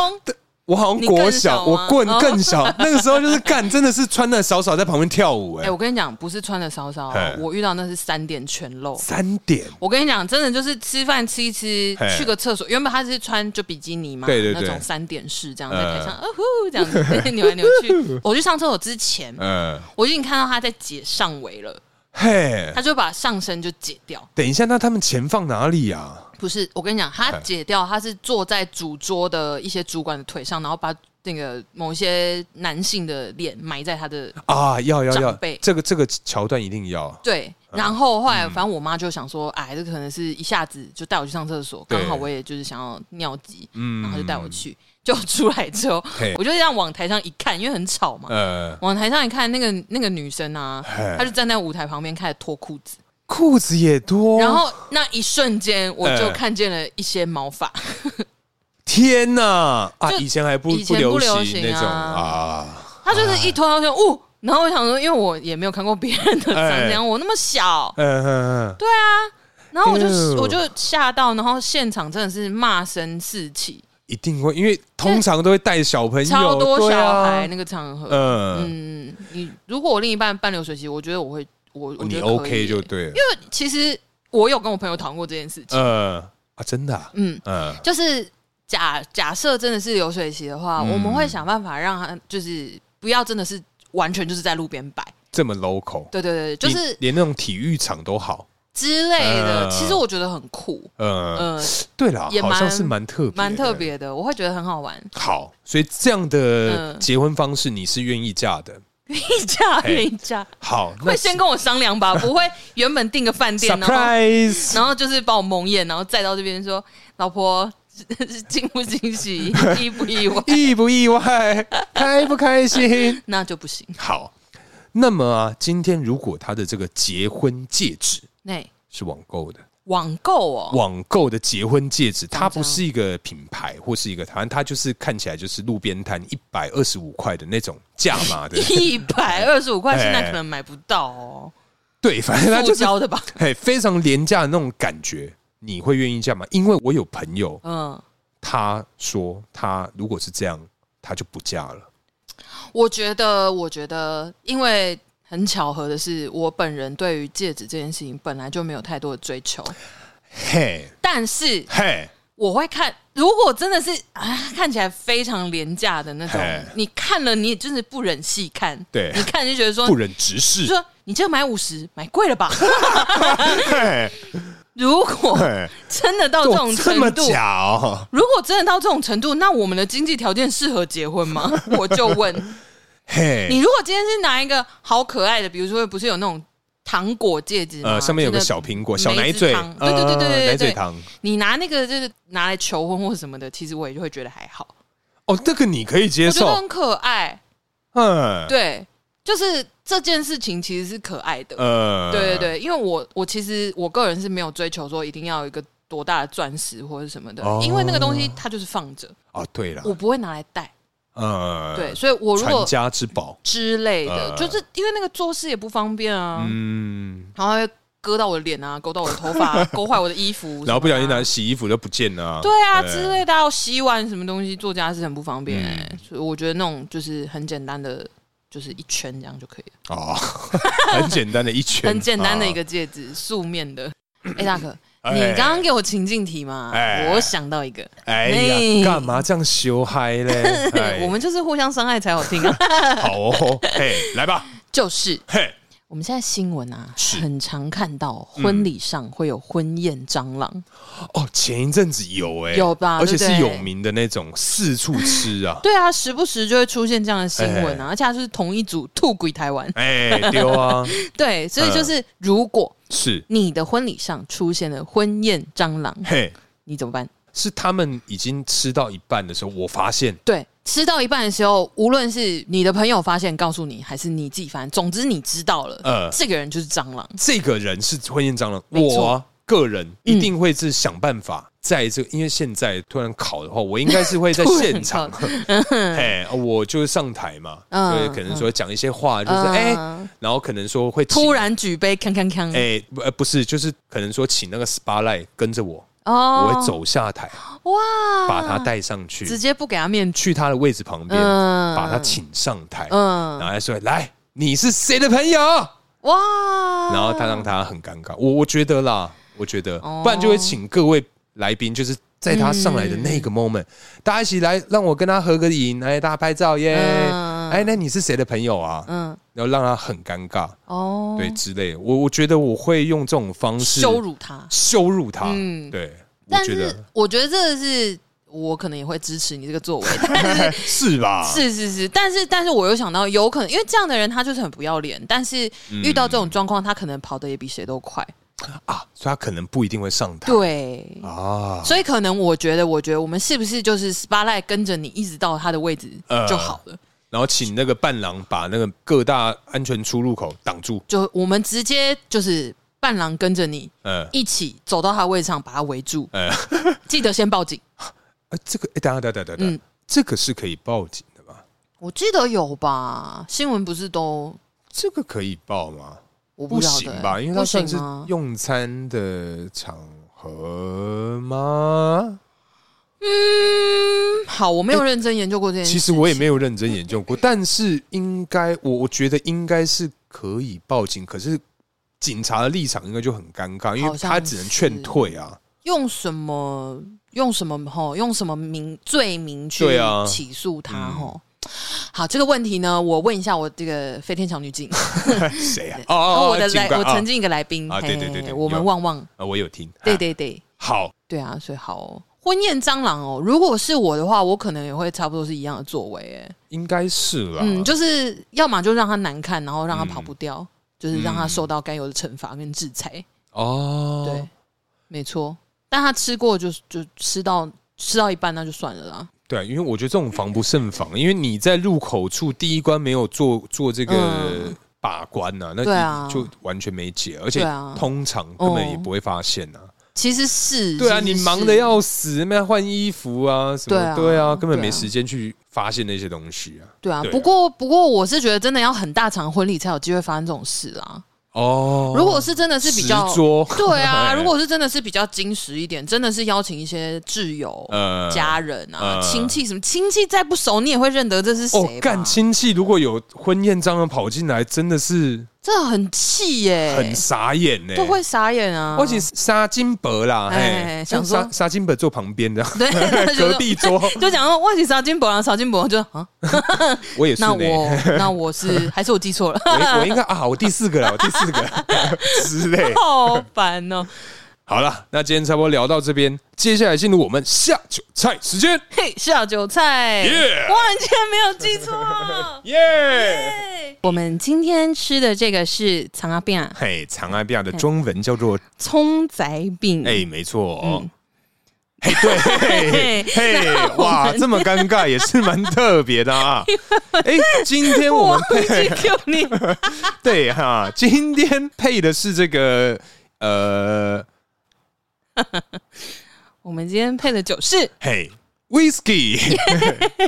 B: 我好像
A: 你
B: 国
A: 更
B: 小，
A: 小
B: 我
A: 吗
B: 棍
A: 哦
B: 更小，那个时候就是干，真的是穿的少少在旁边跳舞，哎
A: 哎，，我跟你讲，不是穿的少少
B: 哎，
A: 哦我遇到那是三点全漏。
B: 三点，
A: 我跟你讲，真的就是吃饭吃一吃
B: 嘿，
A: 去个厕所。原本他是穿就比基尼嘛，
B: 对对对
A: 那种三点式这样在
B: 呃
A: 台上，哦呼这样 子扭来扭去。我去上厕所之前，
B: 嗯，
A: 我已经看到他在解上围了，
B: 嘿
A: 他，就把上身就解掉。
B: 等一下，那他们钱放哪里啊？
A: 不是，我跟你讲，他解掉，他是坐在主桌的一些主管的腿上，然后把那个某一些男性的脸埋在他的
B: 啊，要要要
A: 长辈，
B: 这个这个桥段一定要，
A: 对，
B: 嗯
A: 然后后来反正我妈就想说，哎，这可能是一下子就带我去上厕所，
B: 对
A: 刚好我也就是想要尿急，
B: 嗯
A: 然后就带我去， 就出来之后
B: 嘿，
A: 我就这样往台上一看，因为很吵嘛，
B: 呃，
A: 往台上一看，那个那个女生啊
B: 嘿，
A: 她就站在舞台旁边开始脱裤子，
B: 裤子也多，
A: 然后那一瞬间我就
B: 哎
A: 看见了一些毛 发，
B: 天呐！啊，
A: 就
B: 以前还不
A: 以前
B: 流
A: 不流
B: 行
A: 行
B: 那种
A: 啊
B: 啊，
A: 她就是一脱到就哦，然后我想说，因为我也没有看过别人的长
B: 哎
A: 这样，我那么小，
B: 嗯嗯
A: 啊
B: 嗯，
A: 然后我就
B: Ew
A: 我就吓到，然后现场真的是骂声四起。
B: 一定会，因为通常都会带小朋友，
A: 超多
B: 对
A: 小
B: 啊
A: 孩、那个场合。
B: 嗯，
A: 嗯，你如果我另一半办流水席，我觉得我会，我我觉
B: 你
A: 得
B: OK 就
A: 因
B: 对了，
A: 为其实我有跟我朋友讨论过这件事情。
B: 呃啊，真的啊，
A: 嗯，
B: 嗯，
A: 就是假假设真的是流水席的话，
B: 嗯
A: 我们会想办法让他就是不要真的是完全就是在路边摆。
B: 这么 local，
A: 对对对，就是
B: 你连那种体育场都好，
A: 之类的。
B: 嗯
A: 其实我觉得很酷，
B: 嗯，
A: 呃，
B: 对啦，
A: 也
B: 好
A: 蛮
B: 像是蛮特别的，
A: 蛮特别的，我会觉得很好玩。
B: 好，所以这样的
A: 嗯
B: 结婚方式你是愿意嫁的。
A: 一家
B: 嘿
A: 一家
B: 好，那
A: 会先跟我商量 吧，不会原本订个饭店，然后
B: surprise，
A: 然后就是把我蒙眼，然后再到这边说：“老婆，是惊不惊喜，意不意外
B: 意不意外， 开不开心？？”
A: 那就不行。
B: 好，那么啊，今天如果他的这个结婚戒指
A: 那、
B: 是网购的，
A: 哎网购哦，
B: 网购的结婚戒指，
A: 长，
B: 它不是一个品牌或是一个，反正它就是看起来就是路边摊一百二十五块的那种价码的
A: 一百二十五块，
B: 哎
A: 现在可能买不到 哦，
B: 对，反正它
A: 塑
B: 就是
A: 胶的吧？
B: 嘿非常廉价的那种感觉。你会愿意这样吗？因为我有朋友，
A: 嗯，
B: 他说他如果是这样，他就不嫁了。
A: 我觉得，我觉得，因为很巧合的是，我本人对于戒指这件事情本来就没有太多的追求，
B: 嘿
A: 但是
B: 嘿，
A: 我会看，如果真的是啊，看起来非常廉价的那种
B: 嘿，
A: 你看了你也真是不忍细看，
B: 对
A: 你看就觉得说
B: 不，忍直
A: 就
B: 视，
A: 说你这个买五十，买贵 了吧？
B: 嘿
A: 如果
B: 嘿，
A: 真的哦到这种
B: 这么
A: 程度，
B: 假哦，
A: 如果真的到这种程度，那我们的经济条件适合结婚 吗？我就问你，
B: 嘿，
A: 如果今天是拿一个好可爱的，比如说不是有那种糖果戒指吗？
B: 呃，上面有个
A: 真的
B: 小苹果，
A: 啊梅
B: 小奶嘴
A: 子糖，对对对对对
B: 呃
A: 对
B: 奶嘴
A: 对
B: 糖。
A: 你拿那个就是拿来求婚或什么的，其实我也就会觉得还好，
B: 哦，这个你可以接
A: 我觉得
B: 受，
A: 很可爱。
B: 嗯，
A: 对，就是这件事情其实是可爱的。
B: 呃，
A: 对对，对，因为我我其实我个人是没有追求说一定要有一个多大的钻石或者什么的，
B: 哦
A: 因为那个东西它就是放着，
B: 哦，对了，
A: 我不会拿来戴。
B: 呃，
A: 对，，所以我如
B: 传
A: 果
B: 家之宝，
A: 之类的，
B: 呃
A: 就是因为那个做事也不方便啊，
B: 嗯，
A: 然后还会割到我的脸啊，勾到我的头发、 啊，勾坏我的衣服什么的啊，
B: 然后不小心拿洗衣服就不见了啊，
A: 对啊，
B: 对
A: 之类的啊，洗碗什么东西做家事很不方便、欸，
B: 嗯
A: 所以我觉得那种就是很简单的，就是一圈这样就可以了，
B: 哦， 很简单的一圈，
A: 很简单的一
B: 啊，
A: 个戒指，素面的。哦 哎、大可，
B: 哎
A: 你刚刚给我情境题嘛？
B: 哎
A: 我想到一个，
B: 哎
A: 哎
B: 呀，干嘛这样羞嗨 嘞？哎
A: 我们就是互相伤害才好听 啊。
B: 好哦，嘿，来吧，
A: 就是
B: 嘿，
A: 我们现在新闻啊，
B: 是
A: 很常看到婚礼上会有婚宴蟑螂，
B: 哦，前一阵子有哎，
A: 有吧
B: 而且是
A: 对不
B: 有
A: 对
B: 名的那种，四处 吃啊，
A: 对啊，时不时就会出现这样的新闻啊，而且它是同一组吐鬼台 湾，
B: 哎，丢啊，
A: 对，所以就是如果
B: 是，
A: 你的婚礼上出现了婚宴蟑螂，
B: 嘿，
A: 你怎么办？
B: 是他们已经吃到一半的时候，我发现，
A: 对，吃到一半的时候，无论是你的朋友发现告诉你，还是你自己发现，总之你知道了，
B: 呃，
A: 这个人就是蟑螂。
B: 这个人是婚宴蟑螂，
A: 没错
B: 我啊个人一定会是想办法在这个，因为现在突然烤的话，我应该是会在
A: 突然
B: 现 场， 嘿，我就是上台嘛，
A: 嗯
B: 对，可能说讲一些话，就是
A: 嗯
B: 哎、然后可能说会请
A: 突。然举杯，锵锵锵！
B: 哎、不呃，不是，就是可能说请那个 SPA 来跟着我，
A: 哦
B: 我会走下台，
A: 哇，
B: 把他带上去，
A: 直接不给他面子。
B: 去他的位置旁边，
A: 嗯
B: 把他请上台，
A: 嗯，
B: 然后他说：“来，你是谁的朋友？”
A: 哇，
B: 然后他让他很尴尬。我我觉得啦，我觉得
A: 哦，嗯
B: 不然就会请各位来宾，就是在他上来的那个 moment，、大家一起来，让我跟他合个影，来大家拍照耶。
A: 嗯
B: 哎，那你是谁的朋友啊？
A: 嗯
B: 然后让他很尴尬，
A: 哦，
B: 对之类的。我我觉得我会用这种方式
A: 羞辱他。
B: 羞辱他。
A: 嗯
B: 对，我
A: 但
B: 觉
A: 是
B: 得
A: 我觉得这个是我可能也会支持你这个作 为，但是
B: 是吧？
A: 是是是，但是但是我又想到，有可能因为这样的人他就是很不要脸，但是
B: 嗯
A: 遇到这种状况，他可能跑得也比谁都快，
B: 啊，所以他可能不一定会上台
A: 对。
B: 啊。
A: 所以可能我觉得，我觉得我们是不是就是 spotlight 跟着你一直到他的位置
B: 呃
A: 就好了？
B: 然后请那个伴郎把那个各大安全出入口挡住。
A: 就我们直接就是伴郎跟着你
B: 嗯、
A: 一起走到他位置上，把他围住。
B: 呃
A: 记得先报警。
B: 呃，这个，哎、等一下，等一下，等一下，等一下
A: 嗯
B: 这个是可以报警的吧？
A: 我记得有吧？新闻不是都
B: 这个可以报吗？
A: 我
B: 不
A: 晓得
B: 行吧？因为它
A: 不
B: 算
A: 行啊
B: 是
A: 欸吗？
B: 用餐的场合吗？
A: 嗯，好，我没有认真研究过这件事。
B: 哎其实我也没有认真研究过，但是应该，我我觉得应该是可以报警，可是。警察的立场应该就很尴尬，因
A: 好
B: 为
A: 像
B: 他只能劝 退啊。
A: 用什么用什么吼用什么名罪名去
B: 对啊
A: 起诉他吼？好，这个问题呢，我问一下我这个飞天小女警，
B: 谁啊？哦哦，哦
A: 我的
B: 警
A: 来，
B: 官
A: 我
B: 啊
A: 曾经一个来宾，
B: 啊
A: 嘿
B: 对对对对
A: 我们
B: 有
A: 旺旺，
B: 啊，我有听。
A: 对
B: 啊，
A: 对对
B: 好，
A: 对啊，所以好哦、婚宴蟑螂哦，如果是我的话，我可能也会差不多是一样的作为，哎，
B: 应该是啦。
A: 嗯，就是要么就让他难看，然后让他
B: 嗯
A: 跑不掉，就是让他受到该有的惩罚跟制裁。
B: 哦，
A: 对，没错。但他吃过就就吃到吃到一半，那就算了啦。
B: 对，啊因为我觉得这种防不胜防，因为你在入口处第一关没有做做这个
A: 嗯
B: 把关呐、那
A: 对啊
B: 你就完全没解，而且
A: 对啊
B: 通常根本也不会发现呐、
A: 其实是，
B: 对啊，
A: 其实
B: 你
A: 是
B: 忙的要死，那换衣服啊什
A: 对
B: 么，
A: 啊
B: 对啊，根本
A: 对
B: 没
A: 啊
B: 时间去发现那些东西啊。
A: 对啊。
B: 对啊
A: 不过不过，我是觉得真的要很大场婚礼才有机会发生这种事啦。
B: 哦，
A: 如果是真的是比较
B: 石桌
A: 对啊，
B: 哎
A: 如果是真的是比较矜持一点，真的是邀请一些挚友、
B: 呃
A: 家人啊、
B: 呃
A: 亲戚什么，亲戚再不熟你也会认得这是
B: 哦
A: 谁吧？
B: 干亲戚如果有婚宴这样跑进来，真的是
A: 这很气耶、
B: 很傻眼呢、
A: 都会傻眼啊！
B: 而且沙金伯啦，
A: 哎
B: 哎，
A: 想说
B: 沙沙金伯坐旁边的
A: 对，他就
B: 隔
A: 说
B: 壁桌，
A: 就 讲说忘记邵金博了，邵金博就啊，
B: 我也是
A: 那
B: 呢。
A: 我那我 是还是我记错了，
B: 我我应该啊，我第四个了，我 第四个之类。
A: 好烦哦！
B: 好了，那今天差不多聊到这边，接下来进入我们下酒菜时间，
A: 嘿，下酒菜
B: Yeah！
A: 哇，你竟然没有记错啊
B: 耶！
A: 嘿我们今天吃的这个是长阿饼啊，
B: 嘿，长安比亚的中文叫做
A: 葱仔饼。
B: 哎，没错
A: 嗯
B: 哦。嘿，对， 嘿，嘿
A: 那，我
B: 哇，
A: 们
B: 这么尴尬也是蛮特别 的啊！哎，今天
A: 我
B: 我
A: 忘
B: 们
A: 记 Q 你，
B: 对哈、今天配的是这个呃，
A: 我们今天配的酒是
B: 嘿，whisky。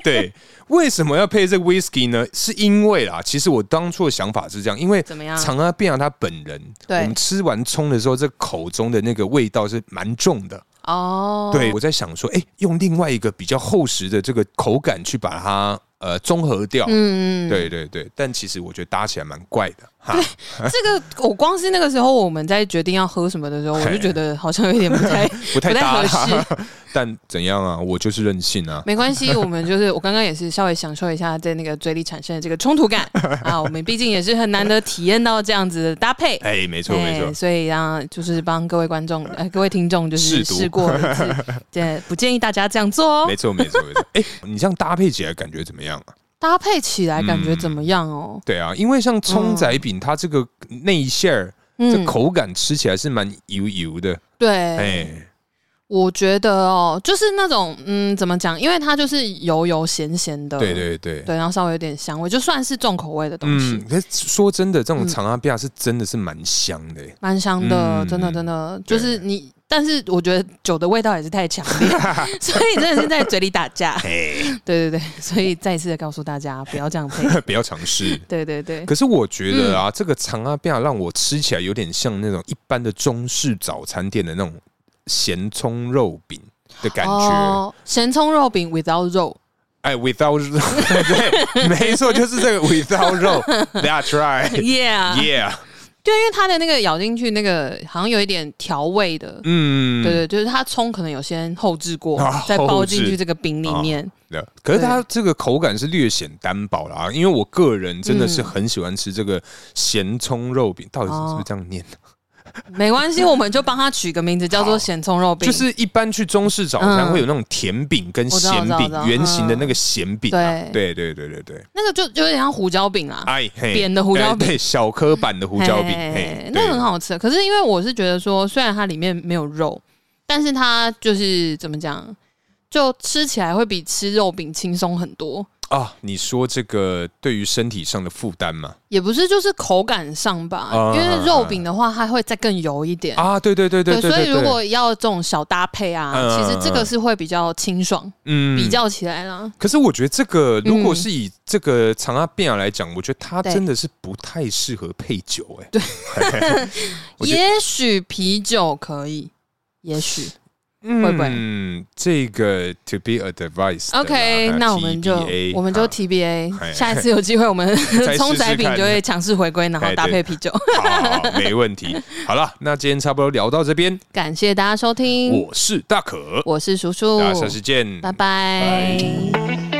B: 对，为什么要配这个 whisky 呢？是因为啦，其实我当初的想法是这样，因为
A: 怎么样
B: 长阿变啊，他本人，我
A: 对
B: 们吃完葱的时候，这口中的那个味道是蛮重的。
A: 哦，
B: 对，我在想说，哎、用另外一个比较厚实的这个口感去把它呃综合掉。
A: 嗯，
B: 对对对，但其实我觉得搭起来蛮怪 的哈。
A: 这个我光是那个时候我们在决定要喝什么的时候，我就
B: 嘿
A: 觉得好像有点不 太
B: 不太搭
A: 合适。
B: 啦， 但怎样啊？我就是任性啊。
A: 没关系，我们就是我刚刚也是稍微享受一下在那个嘴里产生的这个冲突 感啊，我们毕竟也是很难得体验到这样子的搭配。
B: 哎、没错
A: 哎
B: 没错，
A: 所以让就是帮各位观众呃各位听众就是
B: 试毒
A: 试过一次， 对，不建议大家这样做哦
B: 没。错没错没错。哎、你这样搭配起来感觉怎么样啊？
A: 搭配起来感
B: 嗯
A: 觉怎么样哦？
B: 对啊，因为像葱仔饼，它这个内馅儿，这
A: 嗯，
B: 口感吃起来是蛮油油的。
A: 对，
B: 哎、
A: 我觉得哦，就是那种嗯，怎么讲？因为它就是油油咸咸的，
B: 对对对。
A: 对，然后稍微有点香味，就算是重口味的东西。
B: 嗯，可是说真的，这种
A: 嗯
B: 长阿比亚是真的是蛮香 的、哎
A: 蛮香的，
B: 嗯
A: 真的真的，就是你，但是我觉得酒的味道也是太强 烈，所以真的是在嘴里打架。对对对，所以再一次的告诉大家，不要这样 配。
B: 不要尝试。
A: 对对对，
B: 可是我觉得
A: 嗯
B: 啊，这个长阿比亚让我吃起来有点像那种一般的中式早餐店的那种咸葱肉饼的感觉。
A: 哦，咸葱肉饼 without 肉，
B: 哎，without 肉，对，没错，就是这个 without 肉。That's right.
A: yeah，
B: Yeah，
A: 对，因为它的那个咬进去那个好像有一点调味的。
B: 嗯，
A: 对对，就是它葱可能有先后置过
B: 啊，
A: 再
B: 后
A: 包
B: 置
A: 进去这个饼里
B: 啊
A: 面。
B: 对。可是它这个口感是略显单薄啦，因为我个人真的是
A: 嗯
B: 很喜欢吃这个咸葱肉饼，到底是不是
A: 哦
B: 这样念？
A: 没关系，我们就帮它取个名字叫
B: 好
A: 做咸葱肉饼。
B: 就是一般去中式早餐
A: 嗯
B: 会有那种甜饼跟
A: 我知道
B: 咸
A: 我知道我
B: 饼
A: 知道，
B: 圆形的那个咸饼啊，
A: 嗯
B: 对对对对对。
A: 那个就就有点像胡椒饼啦。
B: 哎，嘿
A: 扁的胡椒饼
B: 哎对，小颗版的胡椒饼，
A: 嘿
B: 嘿，
A: 那个很
B: 好，
A: 好吃。可是因为我是觉得说，虽然它里面没有肉，但是它就是怎么讲，就吃起来会比吃肉饼轻松很多。
B: 啊。你说这个对于身体上的负担嘛？
A: 也不是就是口感上吧，
B: 啊
A: 因为肉饼的话，它会再更油一点。
B: 啊，对对对对对，
A: 所以
B: 对
A: 如果要这种小搭配啊，
B: 嗯
A: 其实这个是会比较清爽，
B: 嗯
A: 比较起来啦。
B: 可是我觉得这个，如果
A: 嗯
B: 是以这个长阿变来讲，我觉得它
A: 对
B: 真的是不太适合配酒、哎，对，我觉得
A: 也许啤酒可以，也许会不会
B: 嗯，这个 to be a device 的啦。
A: OK，
B: 啊
A: 那我们就
B: TBA
A: 我们就
B: 啊
A: TBA，
B: 哎
A: 下一次有机会我 们
B: 试
A: 葱仔饼
B: 看
A: 就会强势回归，然后
B: 哎
A: 搭
B: 对
A: 配啤酒。
B: 好好好没问题。好了，那今天差不多聊到这边，
A: 感谢大家收听，哦
B: 我是大可，
A: 我是叔叔
B: 大家，下次见，
A: 拜拜。